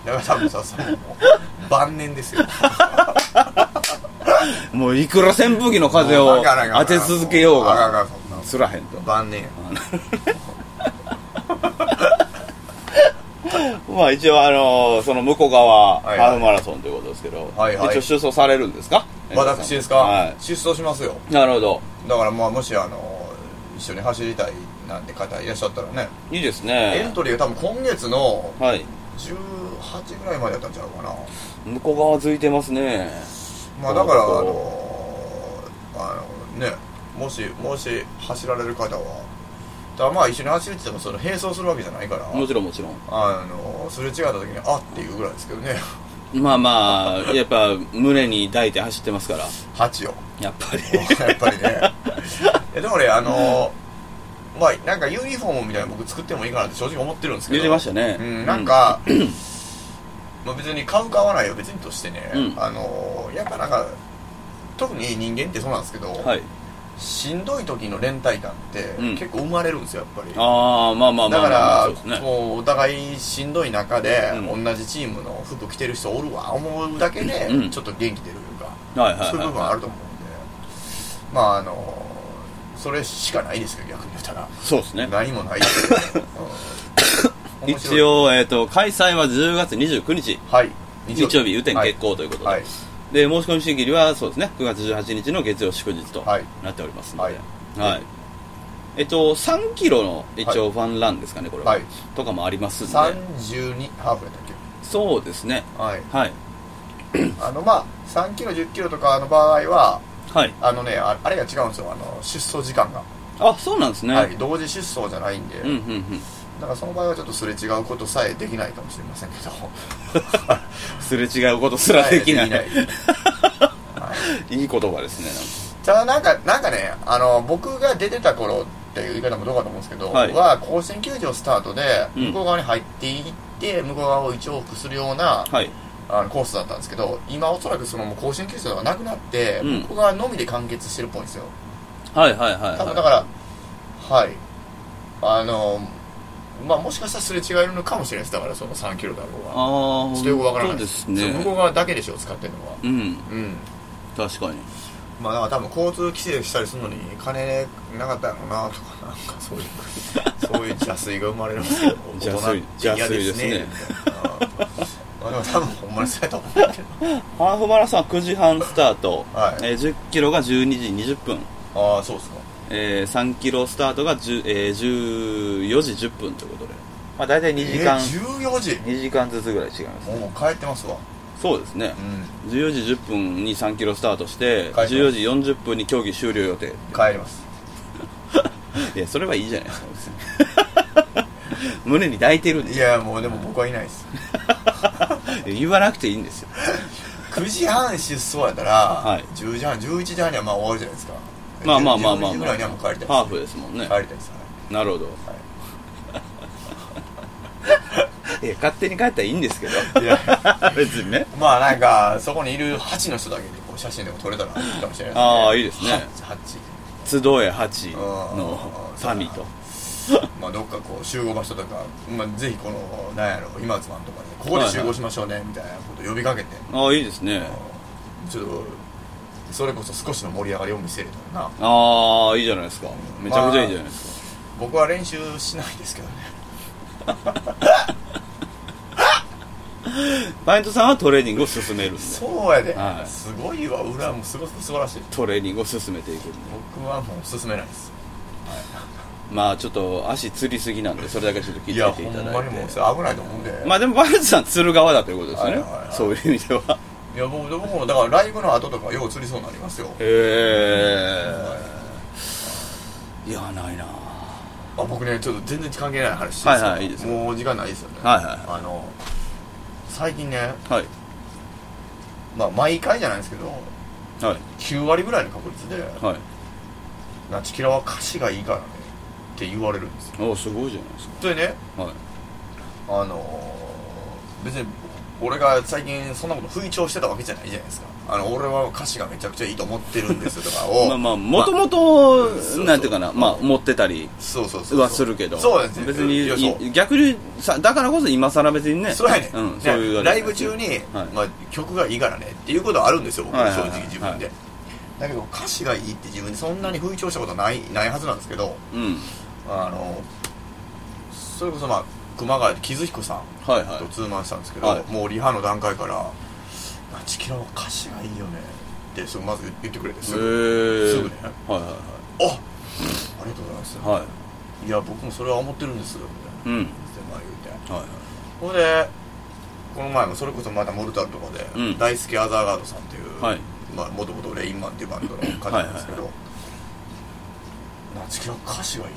S3: だから多分さそのもう晩年ですよ
S2: うんもういくら扇風機の風を当て続けよう
S3: あかんあ
S2: が
S3: かんそんな
S2: つらへんと
S3: 晩年や
S2: まあ一応あのその向こう側
S3: はいはい
S2: ハーフマラソンということですけど、
S3: はいはい
S2: 一応出走されるんですか
S3: 私ですか、
S2: は
S3: 出走しますよ
S2: いなるほど
S3: だからまあもしあの一緒に走りたいなんて方いらっしゃったらね、
S2: いいです
S3: エ
S2: ね
S3: ントリーが多分今月の
S2: はい
S3: 18ぐらいまでだったんちゃうかな
S2: 向こう側付いてますね
S3: まあだからあ
S2: そうそう
S3: のあのねもしもし走られる方はだからまあ一緒に走るって言ってもその並走するわけじゃないから
S2: もちろんもちろん
S3: あのすれ違った時にあっていうぐらいですけどね
S2: まあまあやっぱ胸に抱いて走ってますから
S3: 8を
S2: やっぱり
S3: やっぱりねいやでもねあの、まあなんかユニフォームみたいなの僕作ってもいいかなって正直思ってるんですけど
S2: 言ってましたね
S3: うん、なんか、 まあ別に買う買わないは別にとしてね、
S2: うん
S3: あのやっぱなんか特に人間ってそうなんですけど、
S2: うんはい
S3: しんどい時の連帯感って
S2: うん
S3: 結構生まれるんですよやっぱり、
S2: ああまあまあま
S3: だから、
S2: あまあまあそうですね
S3: もうお互いしんどい中で、
S2: うん
S3: 同じチームの服着てる人おるわ思うだけで、
S2: うん
S3: ちょっと元気出るというか、
S2: はいはい
S3: そういう部分
S2: は
S3: あると思うんでまああのそれしかないですけど逆に言ったら
S2: いそうですね
S3: 何もないですけどうん面白い
S2: 一応、えー、と開催は10月29日
S3: はい
S2: 日曜日雨天
S3: はい
S2: 決行ということで,、
S3: はい
S2: で申し込み締め切りはそうですね9月18日の月曜祝日と
S3: はい
S2: なっておりますので、はい
S3: はい
S2: えっと3キロの一応ファンランですかねこれは、
S3: はい
S2: とかもありますんで
S3: 32ハーフやったっ
S2: そうですね
S3: けはい
S2: はい
S3: あのまあ3キロ1 0キロとかの場合は
S2: はい
S3: あのねああれが違うんですよあの出走時間が、
S2: あそうなんですね、
S3: はい、同時出走じゃないんで、
S2: うんうんうん
S3: だからその場合はちょっとすれ違うことさえできないかもしれませんけど
S2: すれ違うことすらできない、
S3: はいで
S2: い、
S3: きない
S2: い言葉ですね
S3: ただなんかなんかねあの僕が出てた頃っていう言い方もどうかと思うんですけど、
S2: はい
S3: 甲子園球場スタートで
S2: うん
S3: 向こう側に入っていって、向こう側を一往復するような
S2: はい
S3: あのコースだったんですけど今おそらくそのもう甲子園球場がなくなって、
S2: うん
S3: 向こう側のみで完結してるっぽいんですよ
S2: はいはいはい
S3: 多分
S2: は
S3: だ
S2: い
S3: からはいあのまあもしかしたらすれ違えるのかもしれないですだからその3キロだろうが
S2: ああ
S3: ちょっとよくわからない
S2: です
S3: そう
S2: ね
S3: 向こう側だけでしょ使ってるのは
S2: うん
S3: うん
S2: 確かに
S3: まあだから多分交通規制したりするのに金なかったのなとかなんかそういうそういう邪水が生まれるんですけど
S2: 邪
S3: 大
S2: 推
S3: 人って嫌ですね
S2: 邪推で
S3: みたいなまあでも多分ほんまにそうやと思うんだけど
S2: ハーフマラソンは9時半スタート、
S3: はい
S2: えー10キロが12時20分、
S3: ああそうですか
S2: えー3キロスタートが10、えー14時10分ということで、まあ、大体2時間、
S3: えー、14時
S2: 2時間ずつぐらい違います
S3: もう帰ってますわ
S2: そうですね
S3: うん
S2: 14時10分に3キロスタートして
S3: 帰り
S2: 14
S3: ます
S2: 時40分に競技終了予定
S3: 帰ります
S2: いやそれはいいじゃないですか別に 胸に抱いてるんで
S3: いやもうでも僕はいないです
S2: 言わなくていいんですよ
S3: 9時半出走やったら、
S2: い
S3: 10時半11時半にはまあ終わるじゃないですか
S2: まあまあまあまあまあ
S3: 10時ぐらいにはもう帰りたいです、
S2: ハーフですもんね、
S3: 帰りたいです、
S2: なるほど いや勝手に帰ったらいいんですけど
S3: はい、いや
S2: 別にね
S3: まあなんかそこにいる8の人だけでこう写真でも撮れたらいいかもしれない
S2: ああいいですね
S3: ハッチ
S2: 集え八の民と
S3: まあどっかこう集合場所とか、まあ、ぜひこのなんやろ今津マンとかでここで集合しましょうねみたいなこと呼びかけて、
S2: ああいいですね
S3: ちょっとそれこそ少しの盛り上がりを見せるとかな
S2: ああいいじゃないですかめちゃくちゃいいじゃないですか、
S3: 僕は練習しないですけどね
S2: バイトさんはトレーニングを進めるんで
S3: そうやで、
S2: はい
S3: すごいわ裏もすごく素晴らしい
S2: トレーニングを進めていくんで
S3: 僕はもう進めないです
S2: まあちょっと足つりすぎなんでそれだけちょっと聞
S3: い
S2: い
S3: や
S2: て
S3: ほ
S2: いてい
S3: ん
S2: ただいて
S3: まにもうそれ危ないと思うんで、
S2: まあでもバイトさん釣る側だということですよね、
S3: はいはいはい
S2: そういう意味では
S3: いや僕僕もだからライブの後とかよう釣りそうになりますよ
S2: へえいやないな
S3: あ僕ねちょっと全然関係ない話
S2: はいはいいいですよ
S3: もう時間ないですよね
S2: はいはい
S3: あの最近ね
S2: はい
S3: まあ毎回じゃないですけど
S2: はい
S3: 9割ぐらいの確率で
S2: はい
S3: 「ナチキラは歌詞がいいからね」って言われるんですよ
S2: おすごいじゃないです
S3: それね
S2: かはい
S3: あのー別に俺が最近そんなこと吹聴してたわけじゃないじゃないですかあの俺は歌詞がめちゃくちゃいいと思ってるんですとかを
S2: まあまあもともと
S3: そう
S2: なんていうかなまあ持ってたり
S3: そうそうそうそう
S2: はするけど
S3: そうですね
S2: 別
S3: いやそう
S2: にい逆にさだからこそ今更別にね
S3: それはね、
S2: うん、そういうあれ
S3: ライブ中に、
S2: はい
S3: まあ、曲がいいからねっていうことはあるんですよ、僕
S2: はいはい
S3: 正
S2: はい
S3: 直自分で、だけど歌詞がいいって自分でそんなに吹聴したことはないないはずなんですけど
S2: うん
S3: あのそれこそまあ熊谷で木津彦さん
S2: はいはい
S3: とツーマンしたんですけど、
S2: はい
S3: もうリハの段階から「ナチキラは歌詞がいいよね」ってそうまず言ってくれてすぐ
S2: へえ
S3: すぐね
S2: はいは
S3: あありがとうございます、、
S2: いはいはい
S3: や僕もそれは思ってるんですよみた
S2: いう
S3: いな、
S2: ん
S3: まあ言うて
S2: はい
S3: ほんでこの前もそれこそまたモルタルとかで、
S2: うん
S3: 大好きアザーガードさんっていう、
S2: はい
S3: まあ、もともとレインマンっていうバンドの方なんですけど「夏希は歌詞がいいよ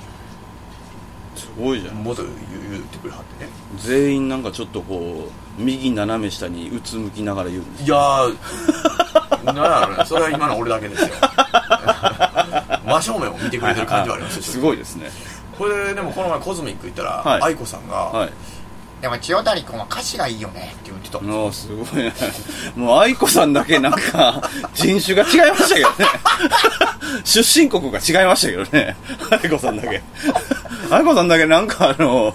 S2: すごいじゃ」ん
S3: もっと言う言ってくれはってね
S2: 全員なんかちょっとこう右斜め下にうつむきながら言うんです
S3: いやーなんやろねそれは今の俺だけです よ真正面を見てくれてる感じはありますよ
S2: すごいですね
S3: これででもこの前コズミック行ったら、
S2: はい
S3: 愛子さんが、
S2: はい
S3: でも千代谷君は歌詞がいいよね」って言ってた
S2: もうすごい ねもう愛子さんだけな んか人種が違いましたけどね出身国が違いましたけどね愛子さんだけ愛子さんだけなんかあの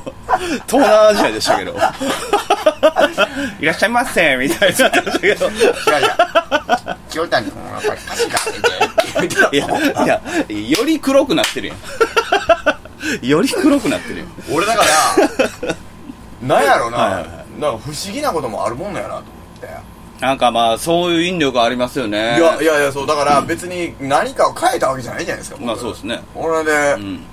S2: 東南アジアでしたけどいらっしゃいませみたいになってましたけ
S3: い
S2: ど
S3: やいや千代谷君はやっぱり歌詞がいいねって言ってた
S2: いやいやより黒くなってるやんより黒くなってるやん
S3: 俺だから なんやろな、
S2: はいはいは
S3: なんか不思議なこともあるもんなんやなと思って、
S2: なんかまあそういう引力ありますよね
S3: いやいやいやそうだから別に何かを変えたわけじゃないじゃないですか僕
S2: まあそうですね
S3: 俺で、
S2: うん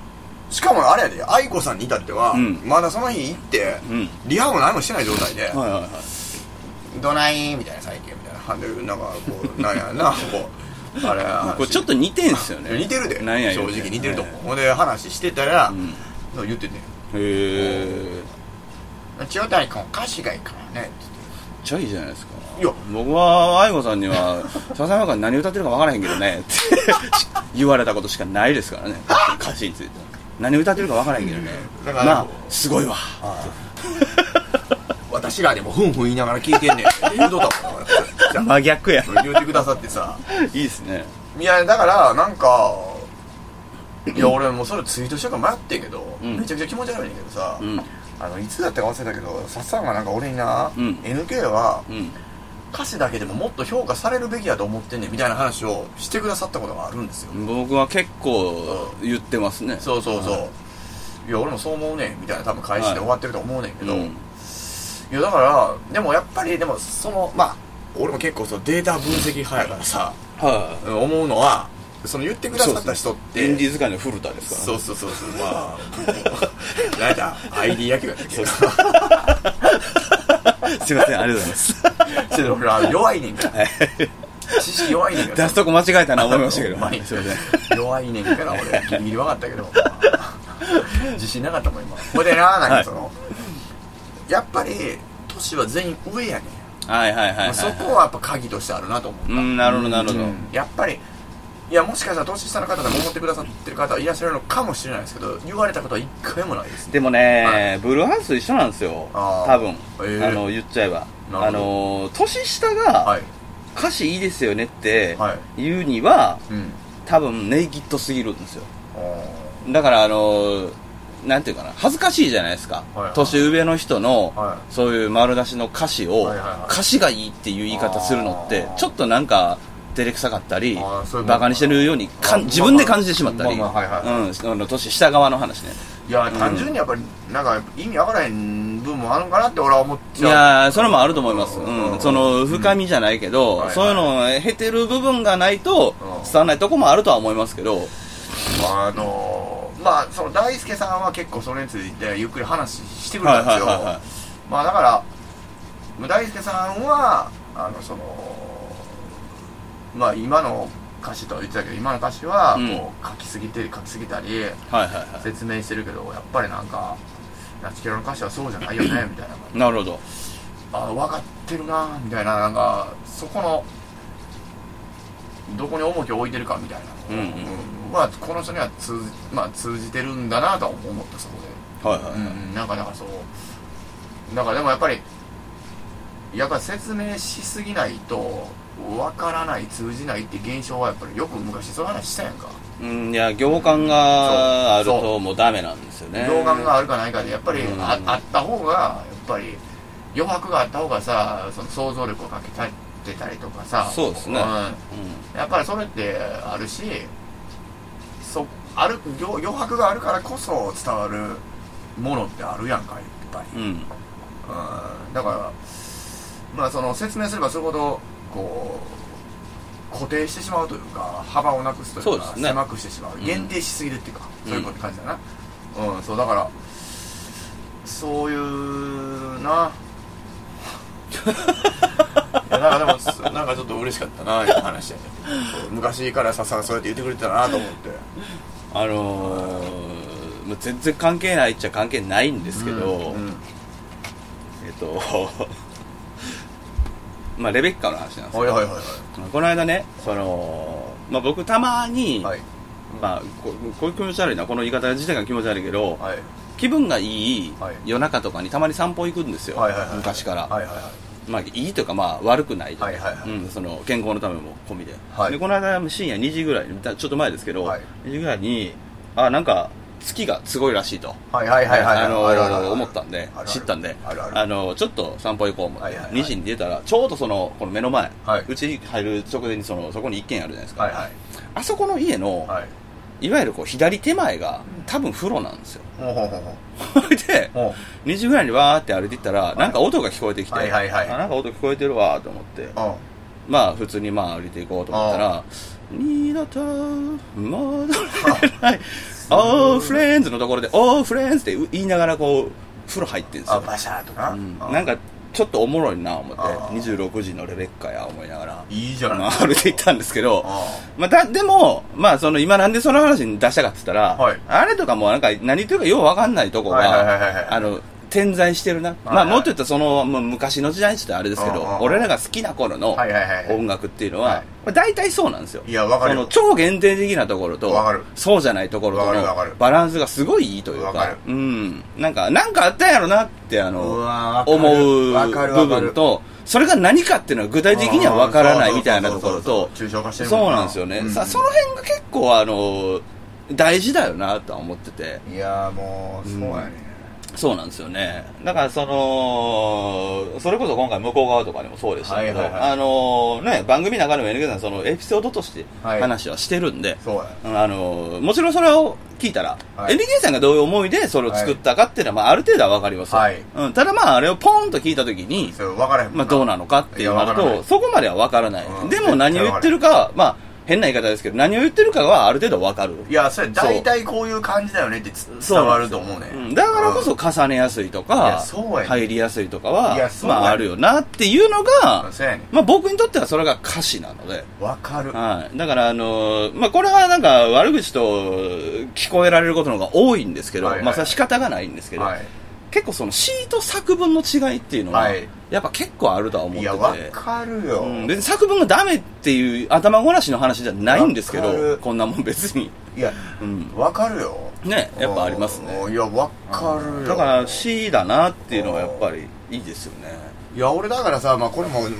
S3: しかもあれやで愛子さんに至っては、
S2: うん
S3: まだその日行って、
S2: うん
S3: リハも何もしてない状態で
S2: はいはいはい
S3: 「どない?」みたいな最近みたいなはでなんかこうなんや なこうあれ
S2: これちょっと似てんすよね
S3: 似てるで
S2: なんや
S3: 正
S2: 言うて
S3: 直似てると思う、ほんで話してたら、
S2: ん
S3: 言ってて
S2: へえ
S3: 「千代谷君歌詞がいいからね」って
S2: めっちゃいいじゃないですか
S3: いや
S2: 僕は愛子さんには 「笹山君何歌ってるか分からへんけどね」って 言われたことしかないですからね歌詞について何歌ってるか分からへんけどね
S3: だから
S2: まあすごいわ
S3: 私らでもふんふん言いながら聞いてんねんって言うとったもんじゃ
S2: 真逆や
S3: あ言うてくださってさ
S2: いいですね
S3: いやだからなんかいや俺もうそれツイートしようか迷ってんけど、
S2: うん
S3: めちゃくちゃ気持ち悪いねんだけどさ、
S2: うん
S3: あのいつだったか忘れたけどさっさんがなんか俺にな、
S2: うん
S3: NK は
S2: うん
S3: 歌詞だけでももっと評価されるべきやと思ってんねんみたいな話をしてくださったことがあるんですよ、
S2: 僕は結構言ってますね
S3: そうそうそう、い、や俺もそう思うねんみたいな多分返しで終わってると思うねんけど、
S2: うん
S3: いやだからでもやっぱりでもそのまあ俺も結構そのデータ分析派やからさ
S2: は
S3: 思うのはその言ってく
S2: い
S3: ださった人って
S2: インディーズ界の古田ですか
S3: そ
S2: らね
S3: うそうそうそう まあ何だ ID 野球やったっけ
S2: そうそすいませんありがとうございます
S3: ちょっと俺は弱いねんから
S2: はい
S3: 知識弱いねんから
S2: 出すとこ間違えたな思いましたけど
S3: ほんまに
S2: すいません
S3: 弱いねんから俺ギリギリ分かったけどまあ自信なかったもん今ほいでななんかその、やっぱり年は全員上やねん、
S2: はいはいはいはい、はい、
S3: そこはやっぱ鍵としてあるなと思う
S2: うんなるほどなるほど、
S3: うんやっぱりいやもしかしたら年下の方でも思ってくださってる方はいらっしゃるのかもしれないですけど言われたことは一回もないですね
S2: でもね、
S3: はい
S2: ブルーハウスと一緒なんですよ
S3: あー
S2: 多分、
S3: えー
S2: あの言っちゃえば
S3: な
S2: あ
S3: るほ
S2: の年下が
S3: はい
S2: 歌詞いいですよねって
S3: はい
S2: 言うには、
S3: うん
S2: 多分ネイキッドすぎるんですよ
S3: あー
S2: だからあのなんていうかな恥ずかしいじゃないですか、
S3: はいはい
S2: 年上の人の、
S3: は
S2: そういう丸出しの歌詞を、
S3: はいはいはい
S2: 歌詞がいいっていう言い方するのって
S3: あー
S2: ちょっとなんか照れくさかったり
S3: あーそういうもん
S2: バカにしてるようにかん
S3: あ
S2: 自分で感じてしまったり、
S3: まあまあはい
S2: うんその年下側の話ね
S3: いや単純にやっぱりなんか意味わからへん部分もあるのかなって俺は思っ
S2: い
S3: ちゃう
S2: やーそれもあると思います、うん
S3: うん
S2: その深みじゃないけど、
S3: うんはいはい
S2: そういうのを経てる部分がないと
S3: うん
S2: 伝わらないとこもあるとは思いますけど、
S3: あのーまあその大輔さんは結構それについてゆっくり話してくれ
S2: は
S3: たん
S2: い
S3: で
S2: は
S3: すよ、
S2: いはいは
S3: まあだから大輔さんはあのそのまあ今の歌詞とは言ってたけど今の歌詞は
S2: うん
S3: こう書きすぎて書きすぎたり
S2: いはいはいは
S3: 説明してるけどやっぱりなんか「ナチキラの歌詞はそうじゃないよね」みたいない
S2: なるほど
S3: あ分かってるなみたいななんかそこのどこに重きを置いてるかみたいなの
S2: うんうん
S3: うんまあこの人には通じ,、まあ、通じてるんだなとは思ったそこ
S2: はいは
S3: で、
S2: い、
S3: うん、なんかなんかそうだからでもやっぱりやっぱ説明しすぎないと分からない通じないって現象はやっぱりよく昔そういう話したやんか
S2: うん、いや行間がある
S3: そう
S2: ともうダメなんですよね
S3: 老眼があるかないかでやっぱり
S2: うん
S3: ああった方がやっぱり余白があった方がさその想像力をかけたってたりとかさ
S2: そうですね
S3: ん
S2: う
S3: やっぱりそれってあるしそある余余白があるからこそ伝わるものってあるやんかやっぱり、
S2: ん、うん、
S3: うんだからまあその説明すればするほどこう固定してしまうというか幅をなくすという
S2: そう
S3: か
S2: ですね
S3: 狭くしてしまう
S2: うん
S3: 限定しすぎるっていうか、そういうこと感じだなうん、そうだからそういう ないやなんかでもすなんかちょっと嬉しかったな今話してそう昔からささそうやって言ってくれてたなと思って
S2: あのー、もう全然関係ないっちゃ関係ないんですけど、
S3: うんうん
S2: えっと まあレベッカの話なんです
S3: はいはいはい
S2: けどこの間ねその、まあ、僕たまに、
S3: はい
S2: まあ、ここういう気持ち悪いなこの言い方自体が気持ち悪いけど、
S3: はい
S2: 気分がいい
S3: はい
S2: 夜中とかにたまに散歩行くんですよ、
S3: はいはいはい
S2: 昔から、
S3: はいはいはい
S2: まあ、いいというか、まあ、悪くないとか
S3: はいはいはい
S2: うん、その健康のためも込みで,、
S3: はい
S2: でこの間深夜2時ぐらいにだちょっと前ですけど、
S3: はい
S2: 2時ぐらいにあなんか月がすごいらしいと。
S3: はいはいはいはい
S2: あの
S3: あるあるある
S2: 思ったんで
S3: あるある
S2: 知ったんで
S3: あるある
S2: のちょっと散歩行こう思って、
S3: はいはいはい
S2: 2時に出たらちょうどそのこの目の前
S3: はいう
S2: ち、に入る直前にそのそこに一軒あるじゃないですか、
S3: はいはい
S2: あそこの家の、
S3: はい
S2: い、わゆるこう左手前が多分風呂なんですよ
S3: ほうほうほうほう
S2: それで
S3: ほう
S2: 2時ぐらいにわーって歩いていったらなんか音が聞こえてきて、
S3: はいはいはい
S2: あなんか音聞こえてるわーと思って
S3: あ
S2: まあ普通にまあ歩いていこうと思ったら「二度と戻れない」「オーフレンズ」のところで「オーフレンズ」って言いながらこう風呂入ってるんです
S3: あ
S2: よ、
S3: バシャーとか、
S2: うん
S3: あ
S2: なんかちょっとおもろいな思って
S3: あ
S2: 26時のレベッカや思いながら、
S3: いいじゃない
S2: まあ、歩いていったんですけど
S3: あ
S2: まあ、だでも、まあ、その今なんでその話に出したかって言ったら、
S3: はい
S2: あれとかもうなんか何言ってるかようわかんないとこ
S3: はいはいはいはい
S2: が、あの、点在してるな。
S3: はい
S2: まあ、もっと言ったらその、もう昔の時代にちょっとあれですけ
S3: うんうんう
S2: ど、
S3: ん
S2: 俺らが好きな頃の
S3: はいはいはい
S2: 音楽っていうの
S3: は、
S2: はいまあ大体そうなんですよ。
S3: いやわかる
S2: その
S3: よ
S2: 超限定的なところと
S3: わかる、
S2: そうじゃないところと
S3: わか
S2: の
S3: るわかる
S2: バランスがすごいいいというか、
S3: わかる
S2: うん。なんか、なんかあったんやろなって、あ
S3: う
S2: の、
S3: わーわかる
S2: 思う
S3: わかるわ
S2: 部
S3: かる
S2: 分と、それが何かっていうのは具体的にはわからないみたいなところと、
S3: 抽象化してるも
S2: そうなんですよね、
S3: う
S2: さその辺が結構あの大事だよなとは思ってて
S3: いやーもうそうやね、
S2: そうなんですよねだからそのそれこそ今回向こう側とかでもそうでしたけど、
S3: はいはいはい
S2: あのね番組の中でも NK さんそのエピソードとして
S3: はい
S2: 話はしてるんで、
S3: そうや
S2: あのもちろんそれを聞いたら、
S3: はい
S2: NK さんがどういう思いでそれを作ったかっていうのは、まあ、ある程度は分かりますよ、
S3: はい
S2: うん、ただまああれをポンと聞いた時に
S3: そう分からへんもん
S2: まあ、どうなのかっていう
S3: い
S2: の
S3: やわからな
S2: と
S3: い
S2: そこまでは分からない、
S3: うん
S2: でも何を言ってるかは、まあ、変な言い方ですけど何を言ってるかはある程度分かる、
S3: いやそれ
S2: そう
S3: 大体こういう感じだよねってつ
S2: そう
S3: 伝わると思うね、
S2: うんだからこそ重ねやすいと
S3: いや
S2: か
S3: そうやね
S2: 入りやすいとか
S3: い
S2: は
S3: や、そう
S2: ま
S3: やね
S2: あ、あるよなっていうのが
S3: うん、そうやね
S2: まあ、僕にとってはそれが歌詞なので。
S3: 分かる
S2: はい、だから、あのーまあ、これはなんか悪口と聞こえられることの方が多いんですけど、
S3: はいはい
S2: まあ、それは仕方がないんですけど、
S3: はい
S2: 結構その詩と作文の違いっていうのは、
S3: はい
S2: やっぱ結構あるとは思っ
S3: い
S2: て
S3: や
S2: て
S3: 分かるよ、
S2: うん、別に作文がダメっていう頭ごなしの話じゃないんですけ
S3: わか
S2: ど
S3: る
S2: こんなもん別に、
S3: いや
S2: うん、
S3: 分かるよ
S2: ねやっぱありますね
S3: うんいや分かるよ
S2: だから C だなっていうのはやっぱりいいですよね
S3: いや俺だからさ、まあ、これももう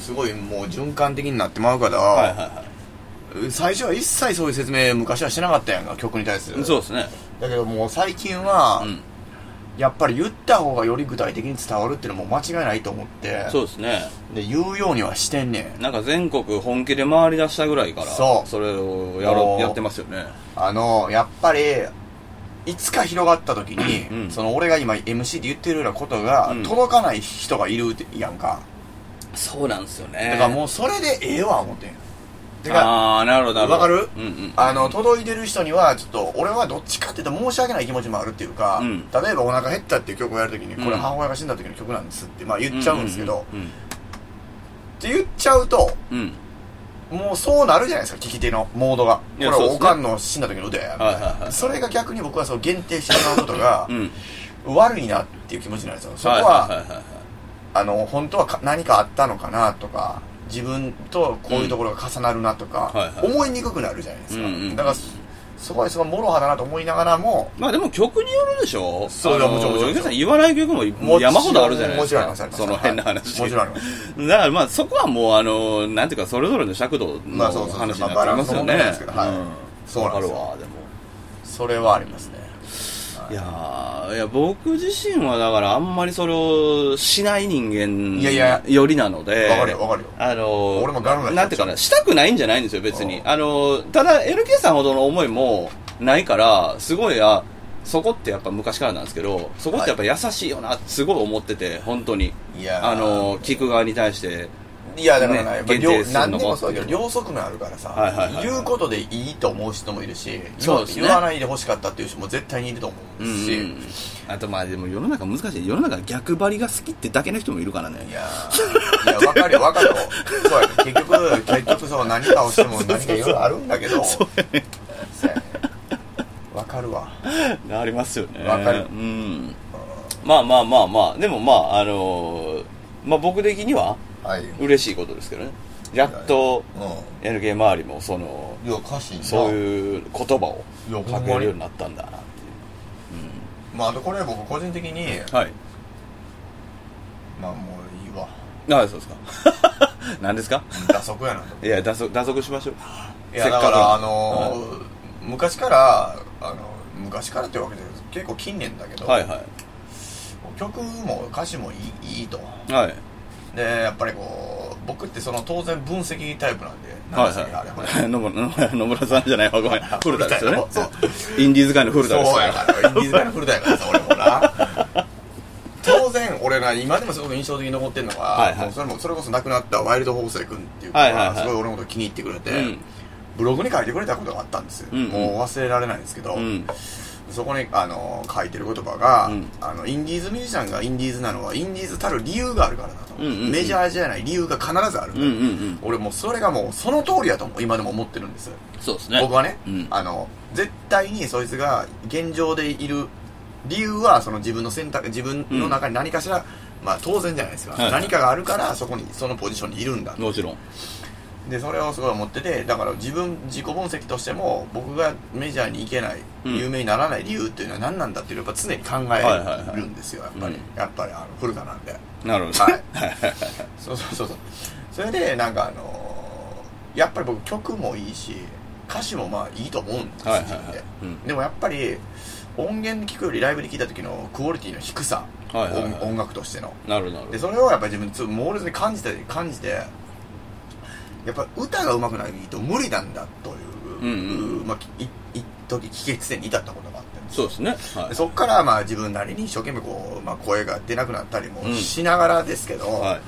S3: すごいもう循環的になってまうから、
S2: はいは
S3: 最初は一切そういう説明昔はしてなかったやんか曲に対す
S2: いは
S3: る
S2: い。そうですね。
S3: だけどもう最近は、
S2: うん。
S3: やっぱり言った方がより具体的に伝わるっていうのも間違いないと思って
S2: そうですね。
S3: で言うようにはしてんねん
S2: なんか全国本気で回り出したぐらいから、
S3: そう
S2: それをやろ
S3: もう
S2: う、やってますよね。
S3: あのやっぱりいつか広がった時に、
S2: うん
S3: その俺が今 MC で言ってるようなことが
S2: うん
S3: 届かない人がいるやんか、
S2: そうなんですよね。
S3: だからもうそれでええわ思ってんてか
S2: ああ、なるほど、なるほど。
S3: わかる
S2: うんうん。
S3: あの届いてる人にはちょっと俺はどっちかって言うと申し訳ない気持ちもあるっていうか、
S2: うん
S3: 例えば「お腹減った」っていう曲をやるときに、
S2: うん
S3: これ母親が死んだ時の曲なんですって、まあ、言っちゃうんですけど、っ
S2: うん
S3: て言っちゃうと
S2: うんうん。
S3: もうそうなるじゃないですか聞き手のモードがこ
S2: い
S3: れ
S2: や
S3: は
S2: そうです
S3: お
S2: ね
S3: かんの死んだ時の腕やみたいな
S2: はいはいはい
S3: それが逆に僕はそう限定してしまうことが
S2: うん。うん。
S3: 悪いなっていう気持ちになるんですよそこは,、
S2: いはいはいはい
S3: あの本当はか何かあったのかなとか自分とこういうところが重なるなとか、
S2: うんはいはい
S3: 思いにくくなるじゃないですか、
S2: うんうん
S3: だからそそこはすごいもろはだなと思いながらも
S2: まあでも曲によるでしょ
S3: そう
S2: あの
S3: もちろんもちろん
S2: ゆうさん言わない曲ももう山ほどあるじゃないで
S3: も
S2: す
S3: ちろんありま
S2: か。
S3: すあります
S2: その変な話。
S3: はいもちろんあります
S2: だからまあそこはもうあの、なんていうかそれぞれの尺度
S3: ま
S2: の
S3: あそうそう
S2: 話になって
S3: まあバラ
S2: き
S3: ン
S2: ま
S3: ス
S2: す
S3: の
S2: よ
S3: 問
S2: ね
S3: 題なんですけど。はいそうなん
S2: わか
S3: です
S2: る
S3: よ
S2: わ、でも。
S3: それはありますね
S2: いやーいや僕自身はだからあんまりそれをしない人間
S3: いやいや
S2: よりなので
S3: わかるよわかるよ
S2: あのー
S3: 俺もガロだよ
S2: なんていうかなしたくないんじゃないんですよ別に
S3: うん
S2: あのーただ LK さんほどの思いもないからすごいあそこってやっぱ昔からなんですけどそこってやっぱ優しいよなってすごい思ってて本当に
S3: いやー
S2: あのー聞く側に対して
S3: いやだからな、
S2: ね
S3: やっぱり
S2: 限
S3: 両
S2: 定するのも
S3: 何でもそうだけど両側面あるからさ、
S2: はいはいはい
S3: 言うことでいいと思う人もいるし
S2: そうですね
S3: 言わないでほしかったっていう人も絶対にいると思う
S2: うんうん
S3: し、
S2: うんあとまあでも世の中難しい世の中逆張りが好きってだけの人もいるからね
S3: いやーいや分かるよ分かるよそうやね結局結局そう何かをしても何かいろいろあるんだけどそうやね分かるわ
S2: ありますよね
S3: わかる
S2: うんまあまあまあまあでもまああのーまあ僕的には
S3: はい
S2: 嬉しいことですけどねやっと
S3: う
S2: NK 周りもその
S3: んいや歌詞な
S2: そういう言葉を
S3: いやほんま
S2: 書
S3: に
S2: けるようになったんだなって
S3: まああとこれ僕個人的に
S2: はい
S3: まあもういいわ
S2: あそうですか何ですか
S3: 打足やなと
S2: いや打足打足しましょう
S3: いやだからあのー昔からあの昔からってわけで結構近年だけど、
S2: はいはい
S3: 曲も歌詞もいいいいと
S2: はい
S3: でやっぱりこう僕ってその当然分析タイプなんで何でしたっけあれほら
S2: はいはい野村野村 野村さんじゃないわごめん古田ですよね
S3: そう
S2: インディーズ界の古田です
S3: そう
S2: か
S3: や
S2: ら
S3: からインディーズから古田やからさ俺もな当然俺な今でもすごく印象的に残ってるのが、
S2: はいはい
S3: もうそれもそれこそ亡くなったワイルドホースイ君っていう子
S2: はいはいは
S3: が
S2: い
S3: すごい俺のこと気に入ってくれて、
S2: うん
S3: ブログに書いてくれたことがあったんですよ、
S2: うんうん
S3: もう忘れられないんですけど、
S2: うん
S3: そこにあの書いてる言葉が、
S2: うん
S3: あのインディーズミュージシャンがインディーズなのはインディーズたる理由があるからだと、
S2: うんうんうん
S3: メジャーじゃない理由が必ずあるんだ
S2: うんうんうん
S3: 俺もうそれがもうその通りだと思う今でも思ってるんです
S2: そうですね
S3: 僕はね、
S2: うん
S3: あの絶対にそいつが現状でいる理由はその自分の選択自分の中に何かしら、まあ当然じゃないですか、
S2: はい
S3: 何かがあるからそこにそのポジションにいるんだ
S2: もちろん
S3: でそれをすごい思っててだから自分自己分析としても僕がメジャーに行けない、
S2: うん
S3: 有名にならない理由っていうのは何なんだっていうのをやっぱ常に考
S2: いはい
S3: え
S2: はい
S3: るんですよ、やっぱり、やっぱりあの古田なんで
S2: なるほど
S3: はいそうそうそうそうそれでなんかあのーやっぱり僕曲もいいし歌詞もまあいいと思うんですよ、
S2: はいはいは
S3: 自
S2: い
S3: 分で
S2: うん
S3: でもやっぱり音源で聴くよりライブで聴いた時のクオリティの低さ、
S2: はいはいはい
S3: 音音楽としての
S2: なるほどなるほ
S3: で
S2: ど
S3: それをやっぱり自分ちょっと猛烈に感じて感じてやっぱ歌が上手くないと無理なんだという、
S2: うん
S3: まあきい一時危機地点に至ったことがあって
S2: そうですねは
S3: で
S2: い
S3: そっからまあ自分なりに一生懸命こう、まあ、声が出なくなったりもしながらですけど、
S2: はい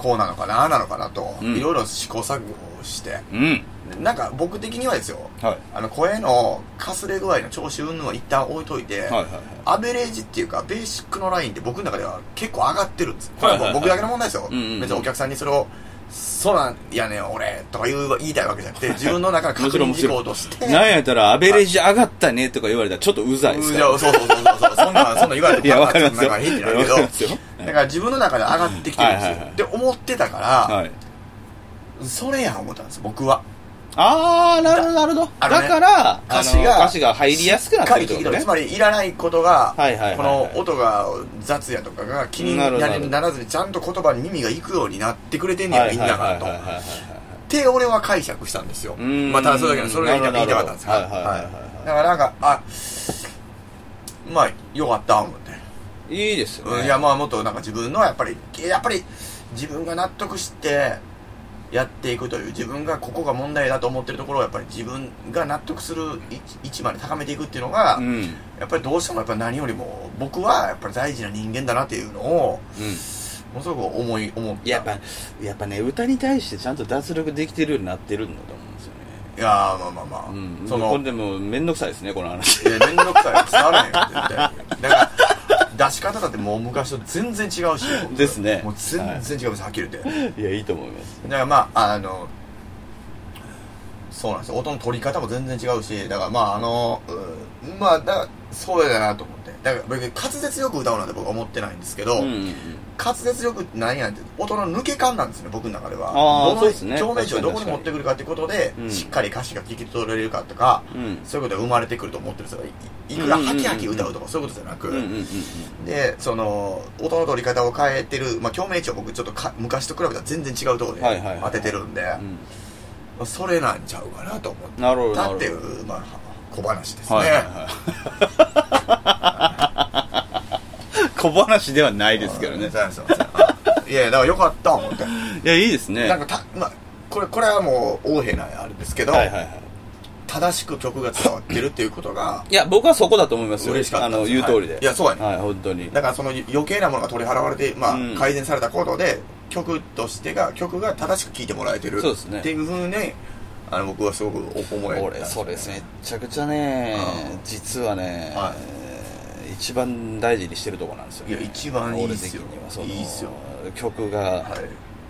S3: こうなのかなああなのかなと、
S2: うん
S3: いろいろ試行錯誤をして
S2: うん
S3: なんか僕的にはですよ
S2: はい
S3: あの声のかすれ具合の調子云々は一旦置いといて、
S2: はいはいはい
S3: アベレージっていうかベーシックのラインって僕の中では結構上がってるんですこれはも
S2: は
S3: う
S2: いはい
S3: 僕
S2: はい
S3: だけの問題ですよ、
S2: うんうんうん
S3: 別にお客さんにそれを「そうなんやねん俺」とか言う言いたいわけじゃなくて自分の中の確認事項として
S2: なんやったら、アベレージ上がったねとか言われたら、ちょっとうざいです
S3: い
S2: か
S3: や
S2: ら。
S3: そうそうそうそうそうそんなそんな言われ
S2: い
S3: て
S2: や、
S3: も
S2: わかりますよ。
S3: な
S2: わ
S3: んかいいってなる
S2: か
S3: け
S2: り
S3: ど
S2: ますよ。
S3: だから自分の中で上がってきてるんですよ、
S2: はいはいはい
S3: って思ってたから、
S2: はい。
S3: それや思ったんです僕は
S2: あー、なるほど、なるほど。
S3: あ
S2: だ
S3: のね
S2: から、あの
S3: 歌詞が
S2: 歌詞が入りやすくなってるってこと
S3: しっかり聞いて
S2: ね
S3: るつ。まりいらないことが、
S2: はいはいはいはい
S3: この音が雑やとかが気にな
S2: なるほど
S3: りならずにちゃんと言葉に耳が行くようになってくれてんね
S2: は
S3: や
S2: い
S3: みん
S2: はい
S3: な
S2: は
S3: が
S2: いはい
S3: と
S2: はい
S3: っ
S2: はい。
S3: て俺は解釈したんですよ
S2: うーん
S3: まあただそれだけのそれが言いた言いたかったんですけど
S2: なるほどはいはいはいはい
S3: だからなんかあまあよかった思って、
S2: いいですよ
S3: うん
S2: ね。
S3: いやまあもっとなんか自分のやっぱりやっぱり自分が納得してやっていくという自分がここが問題だと思ってるところをやっぱり自分が納得する位置位置まで高めていくっていうのが、
S2: うん。うん。
S3: やっぱりどうしてもやっぱり何よりも僕はやっぱり大事な人間だなっていうのをものすごく思い思った
S2: やっぱ、やっぱね、歌に対してちゃんと脱力できてるようになってるんだと思うんですよね。
S3: いやーまあまあまあ、
S2: うん。
S3: そ
S2: こ
S3: の
S2: れでも、めんどくさいですね、この話。
S3: いや面倒くさい伝わらへんよ絶対だから出し方だってもう昔と全然違うし僕
S2: ですね
S3: もう全然違うですはっきり言ってだ
S2: いや、いいと思います。
S3: からまああのそうなんですよ音の取り方も全然違うしだからまああのうんまあだからそうだなと思ってだから別に滑舌よく歌うなんて僕は思ってないんですけど、
S2: うんうんうん。
S3: 滑舌力って何やねんって音の抜け感なんですね僕の中では
S2: あー
S3: ど
S2: そう
S3: の
S2: ですね
S3: 表面上どこ
S2: 確
S3: に
S2: かに
S3: 持ってくるかってことで、
S2: うん
S3: しっかり歌詞が聞き取れるかとか、
S2: うん
S3: そういうことが生まれてくると思ってるんですよいいくらハキハキ歌うとかそういうことじゃなく、
S2: うんうんうんうん。
S3: でその音の取り方を変えてる、まあ、共鳴値を僕ちょっとか昔と比べたら全然違うところで
S2: はいはいはい
S3: 当ててるんで、まあそれなんちゃうかなと思っ
S2: うん。なるほど、なる
S3: た
S2: ほ
S3: っ
S2: ど
S3: てい。う、まあ、小話ですね、
S2: はいはいはい 小話ではないですけどね。
S3: そうそうそういやいやだからよかった思 って
S2: いや、いいですね。
S3: なんかた、まあ、これ、これはもう、横柄なあれですけど、
S2: はいはいはい。
S3: 正しく曲が伝わってるっていうことが
S2: いや、僕はそこだと思いますよ。
S3: 嬉しかった
S2: あの、
S3: です
S2: 言う通りで。
S3: はいいやそうやね
S2: はい、本当に。
S3: だからその余計なものが取り払われて、まあ
S2: うん
S3: 改善されたことで曲としてが曲が正しく聴いてもらえてる
S2: そうですね
S3: っていうふうにあの僕はすごく思えたん
S2: 俺、
S3: です
S2: それですめちゃくちゃね
S3: うん、
S2: 実はね
S3: は、
S2: 一番大事にしてるとこなんですよね。
S3: いや一番いいっすよ
S2: 俺的にはその
S3: いいっすよ
S2: 曲が
S3: はい、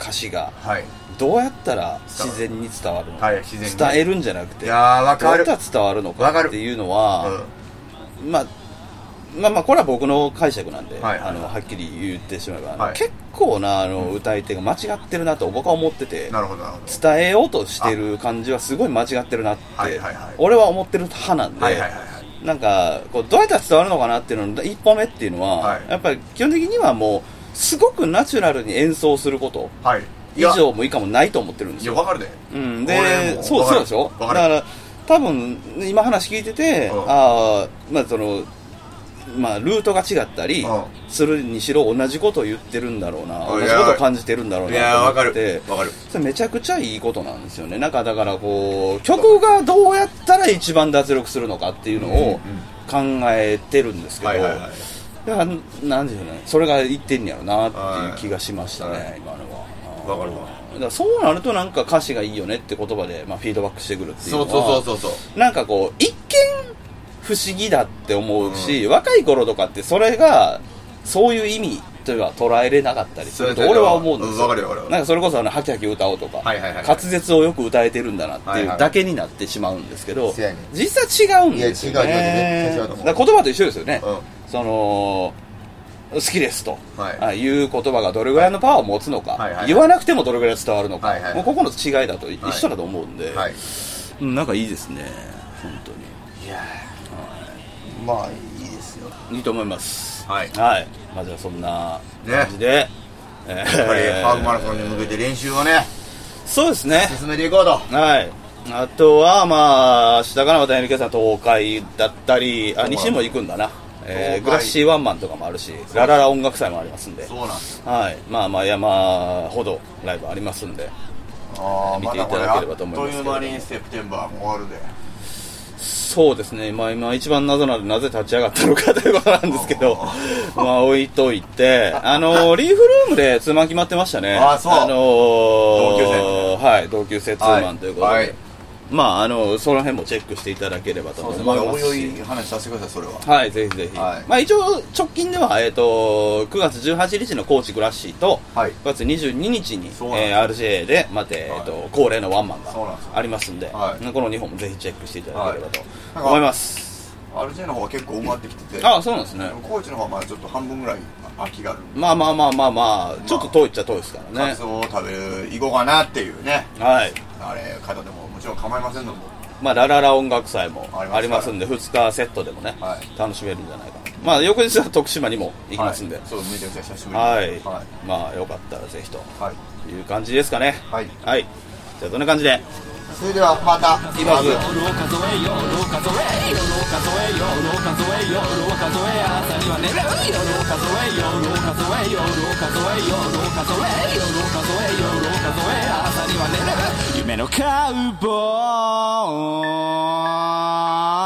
S2: 歌詞が、
S3: はい、
S2: どうやったら自然に伝わるの
S3: はい自然に
S2: 伝えるんじゃなくて、
S3: い
S2: どうや
S3: やーわかる
S2: ったら伝わるの
S3: わか
S2: か
S3: る
S2: っていうの
S3: うん
S2: は、まあ、まあまあ、これは僕の解釈なんで、
S3: はいはい
S2: あの、はっきり言ってしまえば、あの
S3: はい
S2: 結構な、あの、歌い手が間違ってるなと僕は思ってて、
S3: なるほどなるほど
S2: 伝えようとしてる感じはすごい間違ってるなって、
S3: はいはいはい
S2: 俺は思ってる派なんで、
S3: はいはいはいはい
S2: なんかこうどうやったら伝わるのかなっていうのの一歩目っていうのは、
S3: はい
S2: やっぱり基本的にはもうすごくナチュラルに演奏すること
S3: はい
S2: 以
S3: いや
S2: 上も以下もないと思ってるんで
S3: い
S2: す
S3: や
S2: よ。
S3: わかるで
S2: うん、
S3: 俺
S2: で
S3: も
S2: そう
S3: わか
S2: そ
S3: る
S2: うでしょだ
S3: わ
S2: か
S3: かる
S2: ら多分今話聞いてて、
S3: うん
S2: ああまあそのまあルートが違ったり
S3: うん
S2: するにしろ同じことを言ってるんだろうな
S3: うん
S2: 同じことを感じてるんだろう
S3: いや
S2: な
S3: わ
S2: と
S3: か
S2: 思っ
S3: る
S2: て
S3: わかる
S2: それめちゃくちゃいいことなんですよねなんかだからこう曲がどうやったら一番脱力するのかっていうの
S3: うんうん
S2: を考えてるんですけど
S3: はい
S2: だ
S3: はい
S2: か
S3: はい
S2: らなんでしょうねそれが言ってんやろなっていう気がしましたね、
S3: はい
S2: 今のは。
S3: わかるわ
S2: だからそうなるとなんか歌詞がいいよねって言葉で、まあ、フィードバックしてくるっていうの
S3: そう
S2: は
S3: そうそうそう
S2: なんかこう一見不思議だって思うし、若い頃とかってそれがそういう意味というのは捉えれなかったりする
S3: そ
S2: と
S3: うや
S2: 俺
S3: けど
S2: は思うんです
S3: うん
S2: よ
S3: わかるよわかるよ
S2: なんかそれこそあのハキハキ歌おうとか、
S3: はいはいはい
S2: 滑舌をよく歌えてるんだなって
S3: はいいうはい
S2: だけになってしまうんですけど、
S3: せやねん
S2: 実際違うんですよ
S3: いや違う違う
S2: ね
S3: 違う違うと思う
S2: だから言葉と一緒ですよね、
S3: う
S2: その好きですと、
S3: はい
S2: あいう言葉がどれぐらいのパワーを持つのか、
S3: はいはいはい
S2: 言わなくてもどれぐらい伝わるのか、
S3: はいはい
S2: もうここの違いだと一緒だと思うんで、
S3: んはい
S2: うんなんかいいですね本
S3: いやーまあいいですよ
S2: 当にいいと思います
S3: はい
S2: はいまあじゃあそんな感じで、えー
S3: やっぱりハーフマラソンに向けて練習をね
S2: そうですね
S3: 進めていこうと
S2: はいあとはまあ明日からまた NK さん東海だったりあ
S3: そう
S2: 西も行くんだな、えー
S3: 東海
S2: グラッシーワンマンとかもあるしラララ音楽祭もありますんで
S3: そうなんです
S2: はいまあまあ山ほどライブありますんで
S3: あー
S2: 見ていただければと思いますけれども
S3: あっという間にセプテンバーも終わるで
S2: そうですね、まあ、今一番謎なのでなぜ立ち上がったのかということなんですけ ど、まあ置いといて、あのリーフルームでツーマン決まってましたね、
S3: あそう
S2: の同
S3: 級
S2: 生、はい、同級生ツーマンということで、
S3: はい
S2: まああのその辺もチェックしていただければと
S3: そう
S2: 思
S3: ですねま
S2: い
S3: あ
S2: ま
S3: おいお
S2: すし
S3: い話させてくださいそれは
S2: はい、ぜひぜひ。
S3: はい
S2: まあ一応、直近では、えっ、と、9月18日の高知グラッシーと、
S3: はい
S2: 9月22日に、
S3: そうなんです
S2: えー RCA で、また、えっ、と、恒例のワンマンが
S3: そうなんですよ
S2: ありますんで、
S3: はい
S2: この2本もぜひチェックしていただければと
S3: はい
S2: 思います。
S3: RJ の方は結構埋まってきてて
S2: ああ、そうなんですね。
S3: 高知の方はまあちょっと半分ぐらい空きがある
S2: まあまあまあまあまあ、ちょっと遠いっちゃ遠いですから
S3: カ
S2: ね
S3: ツ。オを食べるいこうかなっていうね
S2: はい。
S3: あれ方でもちろん構いませんので
S2: まあ、ラララ音楽祭も
S3: ありますから
S2: ありますんで、2日セットでもね、
S3: はい
S2: 楽しめるんじゃないかな。まあ、翌日は徳島にも行きますんで、
S3: は、
S2: はい
S3: そうめちゃくちゃ久しぶ
S2: い。
S3: りには
S2: まあ、よかったらぜひと
S3: い、はい
S2: いう感じですかね。
S3: はい
S2: はい。じゃあ、どんな感じで
S3: それではまた
S2: 今すぐ
S1: 夜を数えよう数えよう数えよう数え朝には寝る夜を数えよう数えよう数えよう数えよう数えよう数え朝には寝る夢のカウボーイ